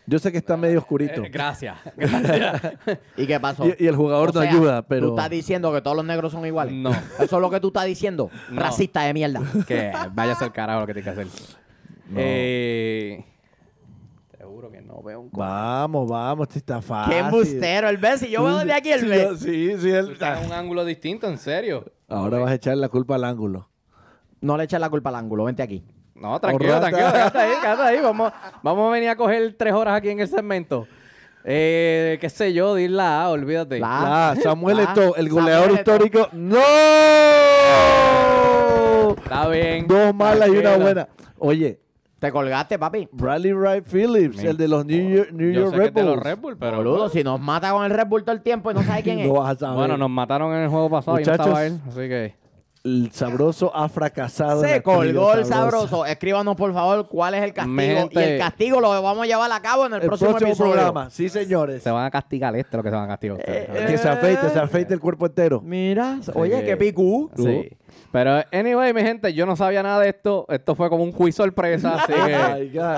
[SPEAKER 4] Yo sé que está medio oscurito.
[SPEAKER 3] Eh, gracias, gracias.
[SPEAKER 1] ¿Y qué pasó?
[SPEAKER 4] Y, y el jugador
[SPEAKER 1] O
[SPEAKER 4] no
[SPEAKER 1] sea,
[SPEAKER 4] ayuda, pero.
[SPEAKER 1] Tú estás diciendo que todos los negros son iguales.
[SPEAKER 3] No.
[SPEAKER 1] Eso es lo que tú estás diciendo.
[SPEAKER 3] No.
[SPEAKER 1] Racista de mierda.
[SPEAKER 3] que vayas al carajo lo que tienes que hacer.
[SPEAKER 4] No.
[SPEAKER 3] Eh, te juro que no veo un... co-
[SPEAKER 4] Vamos, vamos, este está fácil.
[SPEAKER 1] Qué embustero el B. Si yo veo desde aquí el
[SPEAKER 4] Sí,
[SPEAKER 1] B.
[SPEAKER 4] yo- Sí, sí, él
[SPEAKER 3] Tú estás en un ángulo distinto, en serio.
[SPEAKER 4] Ahora vas a echar la culpa al ángulo.
[SPEAKER 1] No le eches la culpa al ángulo. Vente aquí.
[SPEAKER 3] No, tranquilo,
[SPEAKER 4] Ahorrata.
[SPEAKER 3] tranquilo, quédate ahí, quédate ahí. Vamos, vamos a venir a coger tres horas aquí en el segmento. Eh, qué sé yo, di la A, olvídate.
[SPEAKER 1] La
[SPEAKER 4] Ah, Samuel
[SPEAKER 1] ah,
[SPEAKER 4] Eto'o, el goleador
[SPEAKER 1] Samuel Eto'o.
[SPEAKER 4] histórico. ¡No!
[SPEAKER 3] Está bien.
[SPEAKER 4] Dos malas y una
[SPEAKER 3] tranquila.
[SPEAKER 4] buena. Oye,
[SPEAKER 1] Te colgaste, papi.
[SPEAKER 4] Bradley Wright Phillips,
[SPEAKER 3] Mi-
[SPEAKER 4] el de los New York, New
[SPEAKER 3] Yo
[SPEAKER 4] York
[SPEAKER 3] sé
[SPEAKER 4] Red
[SPEAKER 3] que te los
[SPEAKER 4] Bulls.
[SPEAKER 3] Red Bull, pero...
[SPEAKER 1] Boludo, si nos mata con el Red Bull todo el tiempo y no sabe quién es.
[SPEAKER 4] No vas a saber.
[SPEAKER 3] Bueno, nos mataron en el juego pasado
[SPEAKER 4] Muchachos.
[SPEAKER 3] y no estaba él, así que...
[SPEAKER 4] El sabroso ha fracasado. en la
[SPEAKER 1] Se colgó
[SPEAKER 4] trivia
[SPEAKER 1] el sabroso. Escríbanos, por favor, cuál es el castigo.
[SPEAKER 3] Gente.
[SPEAKER 1] Y el castigo lo vamos a llevar a cabo en el,
[SPEAKER 4] El próximo,
[SPEAKER 1] episodio.
[SPEAKER 4] programa, sí, señores.
[SPEAKER 3] Se van a castigar este lo que se van a castigar ustedes.
[SPEAKER 1] Eh,
[SPEAKER 4] Que se afeite, se afeite el cuerpo entero.
[SPEAKER 1] Mira, oye,
[SPEAKER 3] que-
[SPEAKER 1] qué picú.
[SPEAKER 3] Sí. Pero, anyway, mi gente, yo no sabía nada de esto. Esto fue como un quiz sorpresa, así que
[SPEAKER 4] my God.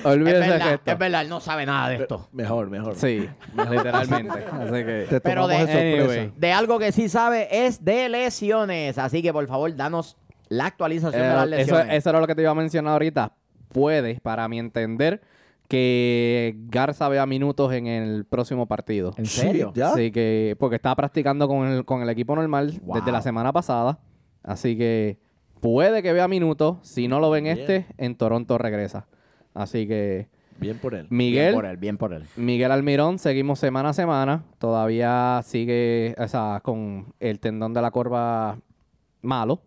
[SPEAKER 1] Es
[SPEAKER 3] olvídense de
[SPEAKER 1] verdad,
[SPEAKER 3] esto.
[SPEAKER 1] es verdad, él no sabe nada de esto.
[SPEAKER 4] Mejor, mejor.
[SPEAKER 3] Sí, literalmente. Así que...
[SPEAKER 4] Te
[SPEAKER 1] Pero
[SPEAKER 4] tomamos de,
[SPEAKER 1] de-
[SPEAKER 4] sorpresa.
[SPEAKER 3] anyway.
[SPEAKER 1] De algo que sí sabe es de lesiones. Así que, por favor, danos la actualización de las
[SPEAKER 3] Eh, eso,
[SPEAKER 1] lesiones.
[SPEAKER 3] eso era lo que te iba a mencionar ahorita. Puede, para mi entender, que Garza vea minutos en el próximo partido.
[SPEAKER 1] ¿En serio?
[SPEAKER 4] Sí, ya.
[SPEAKER 3] Así que, porque estaba practicando con el, con el equipo normal
[SPEAKER 1] Wow.
[SPEAKER 3] desde la semana pasada. Así que puede que vea minutos. Si no lo ven
[SPEAKER 4] Bien.
[SPEAKER 3] este, en Toronto regresa. Así que
[SPEAKER 4] Bien por él.
[SPEAKER 1] Bien
[SPEAKER 3] Miguel,
[SPEAKER 1] por él, bien por él.
[SPEAKER 3] Miguel Almirón, seguimos semana a semana. Todavía sigue o sea, con el tendón de la corva malo.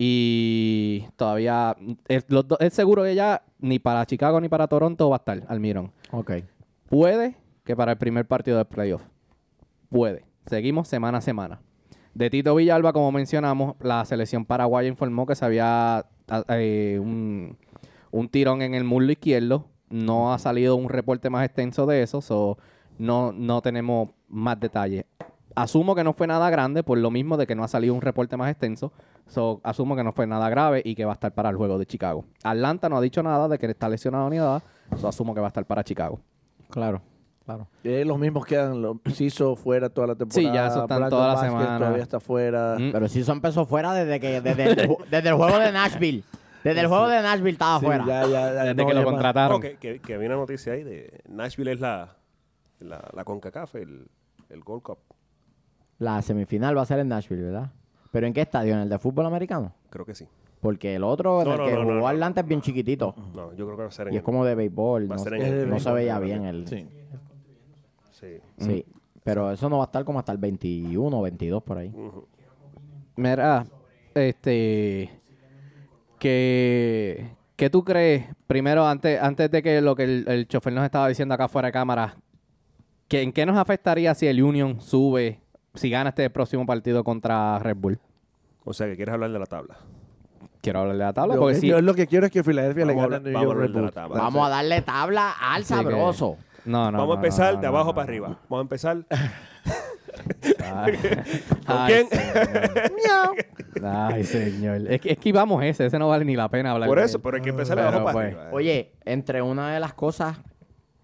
[SPEAKER 3] Y todavía es, los dos- es seguro que ya ni para Chicago ni para Toronto va a estar Almirón.
[SPEAKER 1] Ok.
[SPEAKER 3] Puede que para el primer partido de playoff. Puede. Seguimos semana a semana. De Tito Villalba, como mencionamos, la selección paraguaya informó que se había ah, eh, un, un tirón en el muslo izquierdo. No ha salido un reporte más extenso de eso, so no, no tenemos más detalles. Asumo que no fue nada grande, por lo mismo de que no ha salido un reporte más extenso. So, asumo que no fue nada grave y que va a estar para el juego de Chicago. Atlanta no ha dicho nada de que está lesionado ni nada, so asumo que va a estar para Chicago.
[SPEAKER 1] Claro. Claro.
[SPEAKER 4] Eh, los mismos quedan, lo- Siso fuera toda la temporada.
[SPEAKER 3] Sí, ya eso están
[SPEAKER 4] Brandon
[SPEAKER 3] toda la
[SPEAKER 4] Vázquez
[SPEAKER 3] semana.
[SPEAKER 4] Todavía está fuera.
[SPEAKER 3] Mm.
[SPEAKER 1] Pero sí son pesos fuera desde que desde el, ju- desde el juego de Nashville. Desde el juego de Nashville estaba
[SPEAKER 4] Sí,
[SPEAKER 1] fuera.
[SPEAKER 4] ya, ya, ya,
[SPEAKER 3] Ah, Desde
[SPEAKER 4] no,
[SPEAKER 3] que lo
[SPEAKER 4] ya más.
[SPEAKER 3] contrataron.
[SPEAKER 2] No, que, que- que había una noticia ahí de Nashville es la, la, la CONCACAF, el, el Gold Cup.
[SPEAKER 1] La semifinal va a ser en Nashville, ¿verdad? ¿Pero en qué estadio? ¿En el de fútbol americano?
[SPEAKER 2] Creo que sí.
[SPEAKER 1] Porque el otro, en
[SPEAKER 2] No,
[SPEAKER 1] el
[SPEAKER 2] no,
[SPEAKER 1] que
[SPEAKER 2] no, no,
[SPEAKER 1] jugó
[SPEAKER 2] no.
[SPEAKER 1] Atlanta, es bien chiquitito.
[SPEAKER 2] No, yo creo que va a ser en
[SPEAKER 1] Y es como de béisbol.
[SPEAKER 2] Va a
[SPEAKER 1] No,
[SPEAKER 2] ser
[SPEAKER 1] sé-
[SPEAKER 2] en el-
[SPEAKER 1] no se veía
[SPEAKER 2] Sí.
[SPEAKER 1] bien el... Sí.
[SPEAKER 4] Sí.
[SPEAKER 2] Sí.
[SPEAKER 1] Pero eso no va a estar como hasta el 21 o 22 por ahí.
[SPEAKER 2] Ujú.
[SPEAKER 3] Mira, este. Que. ¿Qué tú crees? Primero, antes, antes de que lo que el, el chofer nos estaba diciendo acá fuera de cámara, que, ¿en qué nos afectaría si el Union sube, si gana este próximo partido contra Red Bull?
[SPEAKER 2] O sea, que quieres hablar de la tabla.
[SPEAKER 3] Quiero hablarle a la tabla,
[SPEAKER 4] Yo-
[SPEAKER 3] porque
[SPEAKER 4] yo,
[SPEAKER 3] si.
[SPEAKER 4] lo que quiero es que Filadelfia le
[SPEAKER 2] Vamos a
[SPEAKER 4] gane a
[SPEAKER 2] hablar-
[SPEAKER 4] New
[SPEAKER 2] vamos a
[SPEAKER 4] York Red
[SPEAKER 2] hablar de la
[SPEAKER 4] Bulls.
[SPEAKER 2] tabla.
[SPEAKER 1] Vamos a darle tabla al
[SPEAKER 3] sí que-
[SPEAKER 1] sabroso.
[SPEAKER 3] No, no.
[SPEAKER 2] Vamos
[SPEAKER 3] no,
[SPEAKER 2] a empezar
[SPEAKER 3] no,
[SPEAKER 2] de
[SPEAKER 3] no,
[SPEAKER 2] abajo
[SPEAKER 3] no,
[SPEAKER 2] para
[SPEAKER 3] no.
[SPEAKER 2] arriba. Vamos a empezar.
[SPEAKER 3] Ay.
[SPEAKER 2] ¿Con
[SPEAKER 3] Ay,
[SPEAKER 2] quién?
[SPEAKER 3] señor. Ay, señor. Es que esquivamos ese, ese no vale ni la pena hablar.
[SPEAKER 2] Por
[SPEAKER 3] de
[SPEAKER 2] eso,
[SPEAKER 3] él.
[SPEAKER 2] pero hay que empezar de abajo
[SPEAKER 3] Pero,
[SPEAKER 2] para
[SPEAKER 3] pues,
[SPEAKER 2] arriba. eh.
[SPEAKER 1] Oye, entre una de las cosas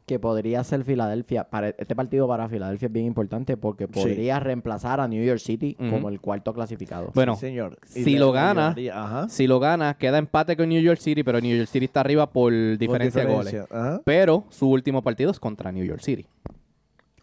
[SPEAKER 1] que podría hacer Filadelfia, para este partido para Filadelfia es bien importante porque podría reemplazar a New York City
[SPEAKER 3] Ujú.
[SPEAKER 1] como el cuarto clasificado.
[SPEAKER 3] Bueno,
[SPEAKER 4] Sí, señor.
[SPEAKER 3] si
[SPEAKER 4] de-
[SPEAKER 3] lo
[SPEAKER 4] le
[SPEAKER 3] gana,
[SPEAKER 4] ayudaría, Ajá.
[SPEAKER 3] Si lo gana, queda empate con New York City, pero New York City está arriba por diferencia de
[SPEAKER 4] diferencia,
[SPEAKER 3] goles.
[SPEAKER 4] ajá.
[SPEAKER 3] Pero su último partido es contra New York City.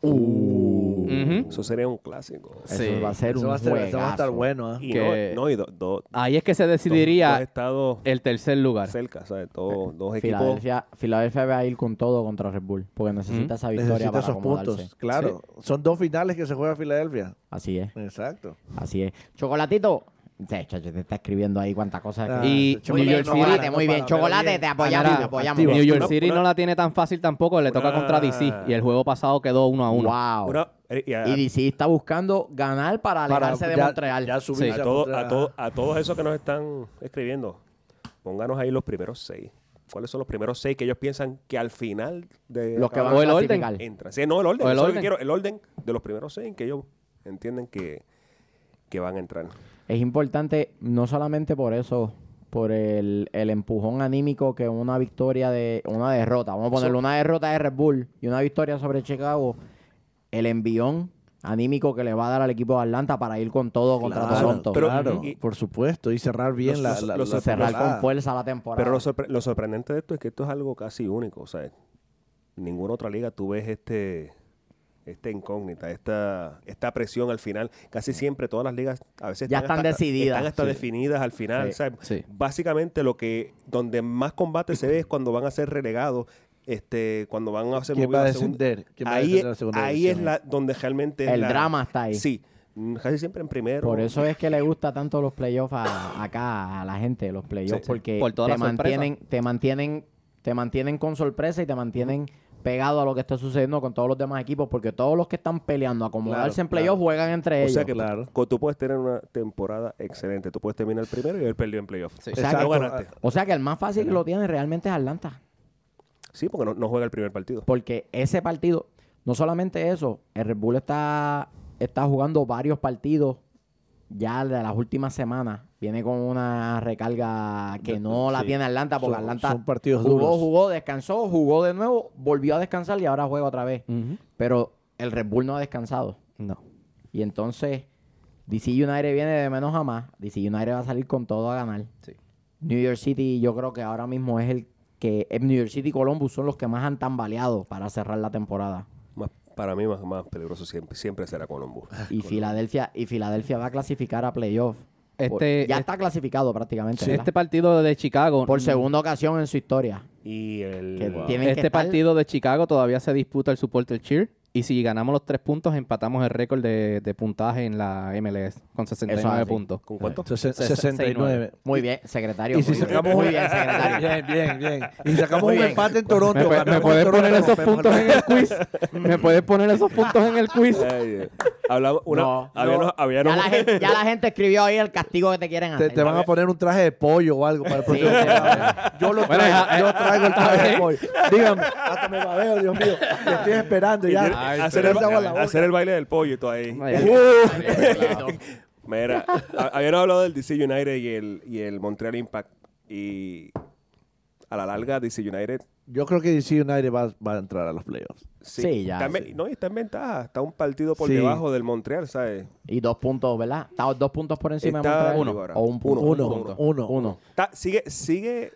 [SPEAKER 3] uh. Ujú.
[SPEAKER 2] Eso sería un clásico.
[SPEAKER 1] eso
[SPEAKER 3] sí.
[SPEAKER 1] va a ser
[SPEAKER 4] Eso
[SPEAKER 1] un
[SPEAKER 4] va a ser- eso va a estar
[SPEAKER 1] juegazo.
[SPEAKER 4] bueno. ¿ah?
[SPEAKER 2] Y
[SPEAKER 3] Que-
[SPEAKER 2] no, no, y do- do-
[SPEAKER 3] Ahí es que se
[SPEAKER 2] dos, dos
[SPEAKER 3] decidiría
[SPEAKER 2] estados
[SPEAKER 3] el tercer lugar.
[SPEAKER 2] cerca, ¿sabes? Dos, dos equipos.
[SPEAKER 1] Filadelfia, Filadelfia va a ir con todo contra Red Bull porque necesita
[SPEAKER 3] Ujú.
[SPEAKER 1] esa victoria
[SPEAKER 4] Necesita
[SPEAKER 1] para
[SPEAKER 4] esos
[SPEAKER 1] acomodarse.
[SPEAKER 4] puntos. Claro. Son dos finales que se juega Filadelfia.
[SPEAKER 1] Así es,
[SPEAKER 4] Exacto.
[SPEAKER 1] así es. Chocolatito, de hecho, te está escribiendo ahí cuántas cosas.
[SPEAKER 4] Ah,
[SPEAKER 1] escribe.
[SPEAKER 3] Y
[SPEAKER 4] ese
[SPEAKER 1] muy
[SPEAKER 3] New
[SPEAKER 1] bien,
[SPEAKER 3] York City-
[SPEAKER 1] chocolate,
[SPEAKER 4] no
[SPEAKER 1] muy bien.
[SPEAKER 4] para, pero
[SPEAKER 1] Chocolate,
[SPEAKER 4] bien.
[SPEAKER 1] te apoyamos,
[SPEAKER 3] Mira,
[SPEAKER 1] te apoyamos.
[SPEAKER 4] activa.
[SPEAKER 3] New York
[SPEAKER 2] Una-
[SPEAKER 3] City
[SPEAKER 2] una-
[SPEAKER 3] no Ah. la tiene tan fácil tampoco, le toca
[SPEAKER 2] Una-
[SPEAKER 3] contra DC y el juego pasado quedó uno a uno.
[SPEAKER 1] Wow.
[SPEAKER 2] Una- eh, y a,
[SPEAKER 1] Y DC está buscando ganar para alejarse de
[SPEAKER 4] ya-
[SPEAKER 1] Montreal.
[SPEAKER 4] Ya subirse
[SPEAKER 3] Sí.
[SPEAKER 2] a
[SPEAKER 4] a
[SPEAKER 2] todo-
[SPEAKER 4] Montreal,
[SPEAKER 2] a todo-
[SPEAKER 4] ajá.
[SPEAKER 2] a todos esos que nos están escribiendo, pónganos ahí los primeros seis. ¿Cuáles son los primeros seis que ellos piensan que al final de
[SPEAKER 1] los que
[SPEAKER 2] acabar
[SPEAKER 1] van
[SPEAKER 3] O
[SPEAKER 1] a
[SPEAKER 3] el orden.
[SPEAKER 1] clasificar.
[SPEAKER 2] entran? Sí, no, el orden.
[SPEAKER 3] O
[SPEAKER 2] eso
[SPEAKER 3] el
[SPEAKER 2] es lo que
[SPEAKER 3] orden.
[SPEAKER 2] quiero, el orden de los primeros seis que ellos entienden que, que van a entrar.
[SPEAKER 1] Es importante no solamente por eso, por el, el empujón anímico que una victoria de una derrota, vamos a ponerle una derrota de Red Bull y una victoria sobre Chicago, el envión anímico que le va a dar al equipo de Atlanta para ir con todo contra
[SPEAKER 4] Claro,
[SPEAKER 1] Toronto.
[SPEAKER 2] pero-
[SPEAKER 4] claro,
[SPEAKER 2] y-
[SPEAKER 4] por supuesto. Y cerrar
[SPEAKER 2] Los-
[SPEAKER 4] bien la,
[SPEAKER 2] los-
[SPEAKER 4] la-
[SPEAKER 2] los-
[SPEAKER 4] la
[SPEAKER 1] cerrar con
[SPEAKER 4] temporada.
[SPEAKER 1] fuerza la temporada.
[SPEAKER 2] Pero lo, sorpre- lo sorprendente de esto es que esto es algo casi único. O sea, ninguna otra liga tú ves este esta incógnita, esta, esta presión al final. Casi siempre todas las ligas a veces
[SPEAKER 1] Ya están
[SPEAKER 2] hasta-
[SPEAKER 1] decididas.
[SPEAKER 2] Están hasta
[SPEAKER 1] Sí.
[SPEAKER 2] definidas al final.
[SPEAKER 1] Sí.
[SPEAKER 2] ¿sabes?
[SPEAKER 3] Sí.
[SPEAKER 2] Básicamente lo que donde más combate se ve es cuando van a ser relegados, este, cuando van a ser
[SPEAKER 4] ¿Quién va
[SPEAKER 2] movidos
[SPEAKER 4] a
[SPEAKER 2] a segunda-
[SPEAKER 4] descender? ¿Quién va a
[SPEAKER 2] Ahí,
[SPEAKER 4] descender a la segunda
[SPEAKER 2] ahí es
[SPEAKER 4] división?
[SPEAKER 2] la donde realmente es
[SPEAKER 1] el
[SPEAKER 2] la-
[SPEAKER 1] drama está ahí.
[SPEAKER 2] Sí, mm, casi siempre en primero.
[SPEAKER 1] Por eso es que le gusta tanto los playoffs a- acá a la gente, los playoffs,
[SPEAKER 2] Sí, sí.
[SPEAKER 1] porque
[SPEAKER 3] Por toda
[SPEAKER 1] te,
[SPEAKER 3] la sorpresa.
[SPEAKER 1] mantienen, te mantienen, te mantienen con sorpresa y te mantienen pegado a lo que está sucediendo con todos los demás equipos, porque todos los que están peleando a acomodarse
[SPEAKER 4] Claro,
[SPEAKER 1] en playoffs
[SPEAKER 4] claro.
[SPEAKER 1] juegan entre
[SPEAKER 2] O
[SPEAKER 1] ellos.
[SPEAKER 2] sea que
[SPEAKER 4] Claro.
[SPEAKER 2] co- tú puedes tener una temporada excelente. Tú puedes terminar primero y haber perdido en playoff. Ah,
[SPEAKER 3] Sí.
[SPEAKER 2] O sea,
[SPEAKER 1] Exacto.
[SPEAKER 2] no ganaste.
[SPEAKER 1] o sea que el más fácil que lo tiene realmente es Atlanta.
[SPEAKER 2] Sí, porque no, no juega el primer partido.
[SPEAKER 1] Porque ese partido, no solamente eso, el Red Bull está, está jugando varios partidos ya de las últimas semanas. Viene con una recarga que no la
[SPEAKER 4] sí.
[SPEAKER 1] tiene Atlanta, porque
[SPEAKER 4] Son-
[SPEAKER 1] Atlanta
[SPEAKER 4] son partidos
[SPEAKER 1] jugó,
[SPEAKER 4] duros.
[SPEAKER 1] jugó, descansó, jugó de nuevo, volvió a descansar y ahora juega otra vez.
[SPEAKER 3] Ujú.
[SPEAKER 1] Pero el Red Bull no ha descansado.
[SPEAKER 3] No.
[SPEAKER 1] Y entonces DC United viene de menos a más. DC United va a salir con todo a ganar.
[SPEAKER 3] Sí.
[SPEAKER 1] New York City, yo creo que ahora mismo es el que eh, New York City y Columbus son los que más han tambaleado para cerrar la temporada.
[SPEAKER 2] Más, para mí, más, más peligroso siempre, siempre será Columbus.
[SPEAKER 1] Ah, Y Filadelfia, y Filadelfia va a clasificar a playoff.
[SPEAKER 3] Este-
[SPEAKER 1] Por- ya
[SPEAKER 3] este-
[SPEAKER 1] está clasificado prácticamente. ¿verdad?
[SPEAKER 3] Este partido de Chicago.
[SPEAKER 1] Por segunda ocasión en su historia.
[SPEAKER 2] Y el.
[SPEAKER 1] Que
[SPEAKER 2] Wow.
[SPEAKER 1] tiene- Tienen que
[SPEAKER 3] Este
[SPEAKER 1] estar-
[SPEAKER 3] partido de Chicago todavía se disputa el supporter cheer. Y si ganamos los tres puntos, empatamos el récord de, de puntaje en la MLS con 69
[SPEAKER 1] así.
[SPEAKER 3] puntos.
[SPEAKER 2] ¿Con cuánto?
[SPEAKER 4] Sesen-
[SPEAKER 3] Sesen-
[SPEAKER 4] 69.
[SPEAKER 1] Muy bien, secretario.
[SPEAKER 4] Y si
[SPEAKER 1] muy bien.
[SPEAKER 4] sacamos-
[SPEAKER 1] muy bien, secretario.
[SPEAKER 4] Bien, bien, bien. Y sacamos
[SPEAKER 1] Muy
[SPEAKER 4] un
[SPEAKER 1] bien.
[SPEAKER 4] empate en Toronto.
[SPEAKER 3] ¿Me, puede-
[SPEAKER 4] ganamos
[SPEAKER 3] me
[SPEAKER 4] en
[SPEAKER 3] puedes
[SPEAKER 4] Toronto,
[SPEAKER 3] poner esos
[SPEAKER 4] rompemos
[SPEAKER 3] puntos
[SPEAKER 4] la-
[SPEAKER 3] en el quiz? ¿Me puedes poner esos puntos en el quiz?
[SPEAKER 2] Ay, Dios. Hablamos. Una,
[SPEAKER 1] No,
[SPEAKER 2] habíamos-
[SPEAKER 1] no.
[SPEAKER 2] habíamos-
[SPEAKER 1] ya, la gente, ya la gente escribió ahí el castigo que te quieren hacer.
[SPEAKER 4] Te, te van a poner un traje de pollo o algo para el próximo
[SPEAKER 1] Sí.
[SPEAKER 4] programa. Yo lo
[SPEAKER 3] Bueno,
[SPEAKER 4] traigo,
[SPEAKER 3] eh,
[SPEAKER 4] yo traigo
[SPEAKER 1] ah,
[SPEAKER 4] el traje de
[SPEAKER 3] eh.
[SPEAKER 4] pollo. Dígame, hasta me babeo, Dios mío. Te estoy esperando ya.
[SPEAKER 3] Ay,
[SPEAKER 2] hacer, el,
[SPEAKER 4] pero-
[SPEAKER 2] ba- hacer el baile del pollo y todo ahí.
[SPEAKER 3] Uh.
[SPEAKER 2] Mira, ha- habían hablado del DC United y el, y el Montreal Impact. Y a la larga, DC United
[SPEAKER 4] Yo creo que DC United va, va a entrar a los playoffs.
[SPEAKER 1] Sí, ya,
[SPEAKER 2] Está en ve-
[SPEAKER 1] sí.
[SPEAKER 2] No, y está en ventaja. Está un partido por
[SPEAKER 4] Sí.
[SPEAKER 2] debajo del Montreal, ¿sabes?
[SPEAKER 1] Y dos puntos, ¿verdad? Está dos puntos por encima
[SPEAKER 2] Está
[SPEAKER 1] de Montreal.
[SPEAKER 2] uno ahora.
[SPEAKER 1] O un punto.
[SPEAKER 4] Uno,
[SPEAKER 1] Un
[SPEAKER 4] uno,
[SPEAKER 1] punto.
[SPEAKER 4] uno.
[SPEAKER 2] Está- sigue, sigue.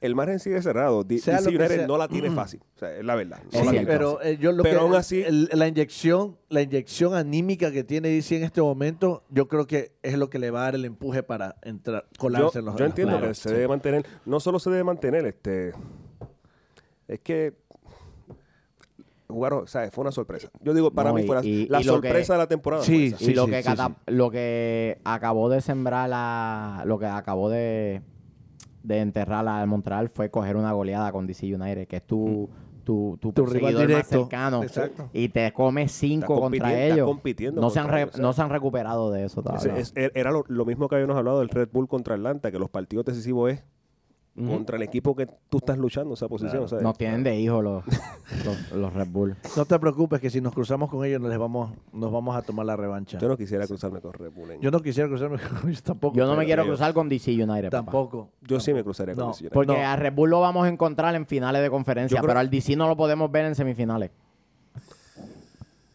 [SPEAKER 2] El margen sigue cerrado. D-
[SPEAKER 4] Sea
[SPEAKER 2] DC
[SPEAKER 4] lo que
[SPEAKER 2] United
[SPEAKER 4] sea.
[SPEAKER 2] no la tiene fácil. O sea, es la verdad. No
[SPEAKER 1] Mm. Sí,
[SPEAKER 2] la
[SPEAKER 4] Sí,
[SPEAKER 2] tiene
[SPEAKER 4] pero
[SPEAKER 2] fácil.
[SPEAKER 4] eh, yo lo
[SPEAKER 2] Pero
[SPEAKER 4] que,
[SPEAKER 2] aún así-
[SPEAKER 4] el- la inyección, la inyección anímica que tiene DC en este momento, yo creo que es lo que le va a dar el empuje para entrar,
[SPEAKER 2] yo,
[SPEAKER 4] colarse en los
[SPEAKER 2] yo entiendo
[SPEAKER 1] claro,
[SPEAKER 2] que se
[SPEAKER 1] sí.
[SPEAKER 2] debe mantener. No solo se debe mantener, este. Es que. Jugaron, ¿sabes? Fue una sorpresa. Yo digo, para
[SPEAKER 1] No,
[SPEAKER 2] mí
[SPEAKER 1] y-
[SPEAKER 2] fue la,
[SPEAKER 1] y-
[SPEAKER 2] la
[SPEAKER 1] y lo que-
[SPEAKER 2] sorpresa de la temporada.
[SPEAKER 4] Sí,
[SPEAKER 2] fue esa.
[SPEAKER 1] Y
[SPEAKER 4] sí,
[SPEAKER 1] lo,
[SPEAKER 4] sí,
[SPEAKER 1] que
[SPEAKER 4] sí,
[SPEAKER 1] cata-
[SPEAKER 4] sí.
[SPEAKER 1] lo que acabó de sembrar la. Lo que acabó de, de enterrar al Montreal fue coger una goleada con DC United, que es tu, tu, tu,
[SPEAKER 4] Tu rival
[SPEAKER 1] perseguidor más
[SPEAKER 4] directo.
[SPEAKER 1] cercano.
[SPEAKER 4] Exacto.
[SPEAKER 1] Y te comes cinco
[SPEAKER 2] Estás
[SPEAKER 1] contra
[SPEAKER 2] compitiendo-
[SPEAKER 1] ellos.
[SPEAKER 2] estás compitiendo
[SPEAKER 1] no, se han
[SPEAKER 2] contra
[SPEAKER 1] re-
[SPEAKER 2] ellos,
[SPEAKER 1] no se han recuperado de eso todavía.
[SPEAKER 2] Ese- es- er, era lo, lo mismo que habíamos hablado del Red Bull contra Atlanta, que los partidos decisivos es contra el equipo que tú estás luchando esa posición. ¿sabes?
[SPEAKER 1] Nos tienen de hijos los, los, los Red Bull.
[SPEAKER 4] No te preocupes que si nos cruzamos con ellos nos les vamos, nos vamos a tomar la revancha.
[SPEAKER 2] Yo no quisiera cruzarme con Red Bull. en-
[SPEAKER 4] Yo no quisiera cruzarme con ellos tampoco.
[SPEAKER 1] Yo no me
[SPEAKER 4] pero-
[SPEAKER 1] quiero cruzar con DC United. papá.
[SPEAKER 4] Tampoco.
[SPEAKER 2] Yo sí me cruzaría con
[SPEAKER 4] No,
[SPEAKER 2] DC United.
[SPEAKER 1] Porque
[SPEAKER 4] No.
[SPEAKER 1] a Red Bull lo vamos a encontrar en finales de conferencia,
[SPEAKER 2] Yo creo-
[SPEAKER 1] pero al DC no lo podemos ver en semifinales.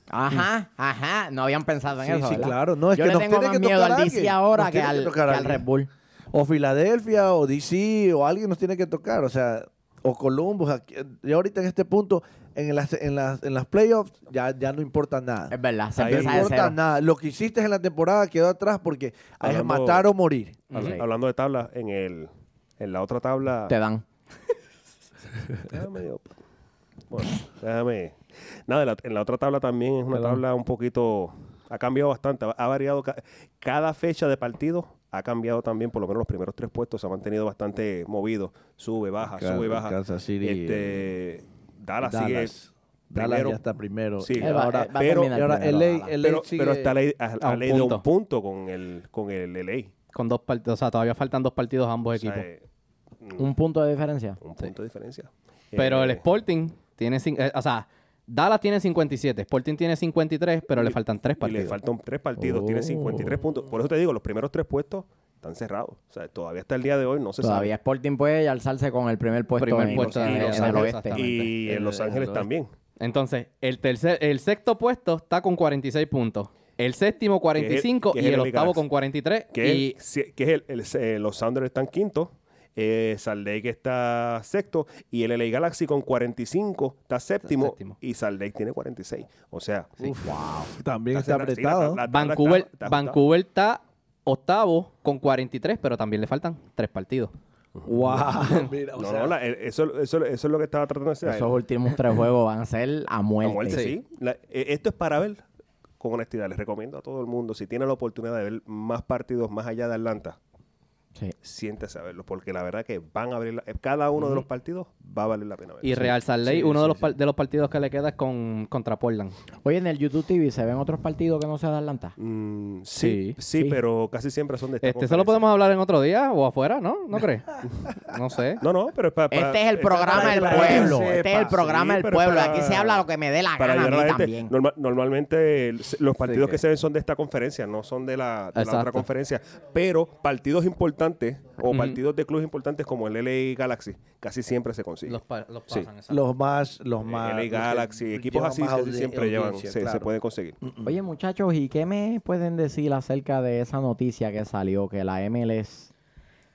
[SPEAKER 1] Ajá, ajá. No habían pensado en
[SPEAKER 4] Sí,
[SPEAKER 1] eso.
[SPEAKER 4] sí,
[SPEAKER 1] ¿verdad?
[SPEAKER 4] claro. No, es
[SPEAKER 1] Yo
[SPEAKER 4] que
[SPEAKER 1] le
[SPEAKER 4] nos
[SPEAKER 1] tengo
[SPEAKER 4] tiene
[SPEAKER 1] más
[SPEAKER 4] que
[SPEAKER 1] miedo
[SPEAKER 4] tocar
[SPEAKER 1] al DC
[SPEAKER 4] alguien.
[SPEAKER 1] ahora
[SPEAKER 4] Nos
[SPEAKER 1] que
[SPEAKER 4] tiene que
[SPEAKER 1] al,
[SPEAKER 4] tocar
[SPEAKER 1] que al
[SPEAKER 4] alguien.
[SPEAKER 1] Red Bull.
[SPEAKER 4] O Filadelfia, o DC, o alguien nos tiene que tocar. O sea, o Columbus. Aquí, yo ahorita en este punto, en las, en las, en las playoffs, ya, ya no importa nada.
[SPEAKER 2] Em,
[SPEAKER 1] Es verdad, se
[SPEAKER 2] Ahí
[SPEAKER 4] No
[SPEAKER 1] empieza de
[SPEAKER 4] importa
[SPEAKER 1] cero.
[SPEAKER 4] nada. Lo que hiciste en la temporada quedó atrás porque hay que
[SPEAKER 2] Hablando-
[SPEAKER 4] matar o morir.
[SPEAKER 2] Habla-
[SPEAKER 1] Sí.
[SPEAKER 2] Hablando de tabla, en el en la otra tabla.
[SPEAKER 1] Te dan.
[SPEAKER 2] Déjame, yo- bueno, déjame. Nada, en la, en la otra tabla también es una tabla un poquito. Ha cambiado bastante, ha- ha variado. ca- cada fecha de partido ha cambiado también, por lo menos los primeros tres puestos se ha mantenido bastante movido. Sube, baja,
[SPEAKER 4] Ca-
[SPEAKER 2] sube, baja.
[SPEAKER 4] Kansas City,
[SPEAKER 2] Este, Dallas,
[SPEAKER 4] Dallas.
[SPEAKER 2] sigue.
[SPEAKER 4] Dallas
[SPEAKER 2] primero.
[SPEAKER 4] ya está primero.
[SPEAKER 2] Sí,
[SPEAKER 4] Y
[SPEAKER 1] Él va-
[SPEAKER 4] ahora,
[SPEAKER 1] él va a
[SPEAKER 2] pero-
[SPEAKER 1] terminar
[SPEAKER 4] y ahora
[SPEAKER 1] primero,
[SPEAKER 4] LA
[SPEAKER 1] Dallas.
[SPEAKER 4] LA
[SPEAKER 2] Pero,
[SPEAKER 4] sigue-
[SPEAKER 2] pero está ley, a,
[SPEAKER 3] a
[SPEAKER 2] a
[SPEAKER 3] un
[SPEAKER 2] ley de un
[SPEAKER 3] punto.
[SPEAKER 2] punto con el, con el LA.
[SPEAKER 3] Con dos partidos. O sea, todavía faltan dos partidos a ambos
[SPEAKER 2] O sea,
[SPEAKER 3] equipos.
[SPEAKER 2] eh,
[SPEAKER 1] Un punto de diferencia.
[SPEAKER 2] un punto de diferencia.
[SPEAKER 3] Pero el
[SPEAKER 2] Eh,
[SPEAKER 3] Sporting tiene... cin- eh, o sea, Dallas tiene 57, Sporting tiene 53, pero le faltan
[SPEAKER 2] Y
[SPEAKER 3] tres
[SPEAKER 2] le
[SPEAKER 3] partidos.
[SPEAKER 2] faltan tres partidos,
[SPEAKER 3] Oh.
[SPEAKER 2] tiene 53 puntos. Por eso te digo, los primeros tres puestos están cerrados. O sea, todavía hasta el día de hoy no se
[SPEAKER 1] Todavía
[SPEAKER 2] sabe.
[SPEAKER 1] Sporting puede alzarse con el primer puesto,
[SPEAKER 3] Primer
[SPEAKER 1] en,
[SPEAKER 3] puesto
[SPEAKER 1] en-
[SPEAKER 3] de
[SPEAKER 1] en
[SPEAKER 3] Los
[SPEAKER 1] el
[SPEAKER 3] Ángeles,
[SPEAKER 1] oeste.
[SPEAKER 3] exactamente.
[SPEAKER 2] Y en
[SPEAKER 4] El-
[SPEAKER 2] Los
[SPEAKER 4] el
[SPEAKER 2] Ángeles
[SPEAKER 4] oeste.
[SPEAKER 2] también.
[SPEAKER 3] Entonces, el, tercer, el sexto puesto está con 46 puntos. El séptimo, 45.
[SPEAKER 2] que es
[SPEAKER 3] y
[SPEAKER 2] el
[SPEAKER 3] el
[SPEAKER 2] LA
[SPEAKER 3] octavo
[SPEAKER 2] Galaxy.
[SPEAKER 3] con 43.
[SPEAKER 2] Que,
[SPEAKER 3] y
[SPEAKER 2] el- si- que es el, el- eh, los Sounders están quinto, eh, Salt Lake está sexto y el LA Galaxy con 45 está séptimo,
[SPEAKER 3] séptimo.
[SPEAKER 2] y Salt Lake tiene 46. O sea,
[SPEAKER 4] Uf, También
[SPEAKER 2] está
[SPEAKER 4] está
[SPEAKER 2] cerrada, sí, la
[SPEAKER 4] apretado.
[SPEAKER 2] tabla- tabla
[SPEAKER 3] Vancouver
[SPEAKER 2] está- está
[SPEAKER 3] está,
[SPEAKER 2] ajustada.
[SPEAKER 3] Vancouver está octavo con 43, pero también le faltan tres partidos.
[SPEAKER 4] wow. Mira, o
[SPEAKER 2] no,
[SPEAKER 4] sea,
[SPEAKER 2] no, la- el- eso, eso, eso es lo que estaba tratando de hacer.
[SPEAKER 1] Esos últimos tres juegos van a ser a
[SPEAKER 2] La
[SPEAKER 1] muerte.
[SPEAKER 2] muerte, sí. La- eh, esto es para ver con honestidad. Les recomiendo a todo el mundo, si tiene la oportunidad de ver más partidos más allá de Atlanta,
[SPEAKER 1] Sí.
[SPEAKER 2] siéntese a verlo, porque la verdad que van a abrir cada uno de los partidos va a valer la pena verlo.
[SPEAKER 3] Y Real Salt Lake, uno de, los par- de los partidos que le queda es con, contra Portland.
[SPEAKER 1] Oye, en el YouTube TV se ven otros partidos que no sea de Atlanta.
[SPEAKER 2] Mm, sí,
[SPEAKER 3] Sí.
[SPEAKER 2] sí, pero casi siempre son de esta
[SPEAKER 3] Este, ¿Se lo podemos
[SPEAKER 2] conferencia.
[SPEAKER 3] hablar en otro día o afuera? ¿No? ¿No crees? No sé.
[SPEAKER 2] No, no, pero es para...
[SPEAKER 1] Este es el programa del
[SPEAKER 4] para que la
[SPEAKER 1] pueblo.
[SPEAKER 4] gente
[SPEAKER 1] Este es el
[SPEAKER 4] sepa.
[SPEAKER 1] programa
[SPEAKER 2] Sí,
[SPEAKER 1] del
[SPEAKER 2] pero
[SPEAKER 1] pueblo.
[SPEAKER 2] para-
[SPEAKER 1] Aquí se habla lo que me dé la
[SPEAKER 2] Para
[SPEAKER 1] gana a
[SPEAKER 2] ayudar a
[SPEAKER 1] mí
[SPEAKER 2] la gente.
[SPEAKER 1] también.
[SPEAKER 2] Norma- normalmente el- se- los partidos
[SPEAKER 3] Sí.
[SPEAKER 2] que se ven son de esta conferencia, no son de la, de la otra
[SPEAKER 3] Exacto.
[SPEAKER 2] conferencia. Pero partidos importantes o
[SPEAKER 3] Ujú.
[SPEAKER 2] partidos de clubes importantes como el LA Galaxy casi siempre se consiguen.
[SPEAKER 3] Los, pa- los
[SPEAKER 2] Sí.
[SPEAKER 3] pasan, exacto.
[SPEAKER 4] los más, los más.
[SPEAKER 2] LA
[SPEAKER 4] los que
[SPEAKER 2] Galaxy, equipos
[SPEAKER 4] llevan
[SPEAKER 2] así
[SPEAKER 4] más
[SPEAKER 2] casi
[SPEAKER 4] audi-
[SPEAKER 2] siempre llevan,
[SPEAKER 4] audiencia,
[SPEAKER 2] se, se
[SPEAKER 4] claro.
[SPEAKER 2] pueden conseguir.
[SPEAKER 1] Oye, muchachos, ¿y qué me pueden decir acerca de esa noticia que salió que la MLS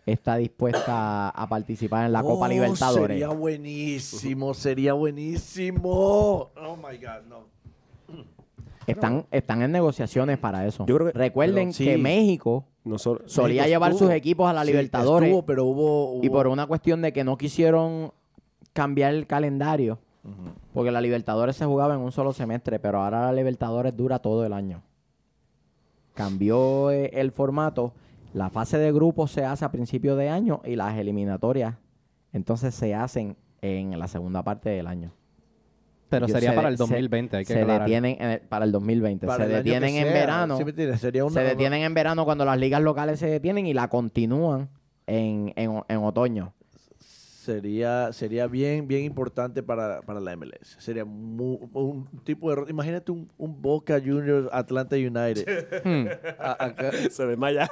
[SPEAKER 1] está dispuesta a participar en la Copa
[SPEAKER 4] Oh,
[SPEAKER 1] Libertadores?
[SPEAKER 4] Sería buenísimo, sería buenísimo. Oh my God, no.
[SPEAKER 1] Están, están en negociaciones para eso.
[SPEAKER 2] Yo creo que-
[SPEAKER 1] Recuerden
[SPEAKER 4] pero sí.
[SPEAKER 1] que México
[SPEAKER 2] No solo-
[SPEAKER 1] solía
[SPEAKER 4] México
[SPEAKER 1] llevar
[SPEAKER 4] estuvo.
[SPEAKER 1] sus equipos a la
[SPEAKER 4] Sí,
[SPEAKER 1] Libertadores
[SPEAKER 4] estuvo, pero hubo.
[SPEAKER 1] y
[SPEAKER 4] hubo-
[SPEAKER 1] por una cuestión de que no quisieron cambiar el calendario, porque la Libertadores se jugaba en un solo semestre, pero ahora la Libertadores dura todo el año. Cambió eh, el formato, la fase de grupos se hace a principios de año y las eliminatorias entonces se hacen en la segunda parte del año.
[SPEAKER 3] Pero
[SPEAKER 1] Yo-
[SPEAKER 3] sería
[SPEAKER 1] se
[SPEAKER 3] para
[SPEAKER 1] de-
[SPEAKER 3] el
[SPEAKER 1] se-
[SPEAKER 3] 2020, hay que
[SPEAKER 1] se
[SPEAKER 3] aclarar.
[SPEAKER 1] detienen en el- para el 2020,
[SPEAKER 4] para
[SPEAKER 1] se
[SPEAKER 4] el año que
[SPEAKER 1] detienen en
[SPEAKER 4] sea.
[SPEAKER 1] verano.
[SPEAKER 4] Sí, me entiendes, sería una-
[SPEAKER 1] Se detienen en verano cuando las ligas locales se detienen y la continúan en, en- en otoño.
[SPEAKER 4] sería, sería bien, bien importante para, para la MLS. Sería mu- un tipo de... ro- Imagínate un, un Boca Juniors Atlanta United.
[SPEAKER 3] Hmm.
[SPEAKER 4] A- acá
[SPEAKER 2] Se desmaya.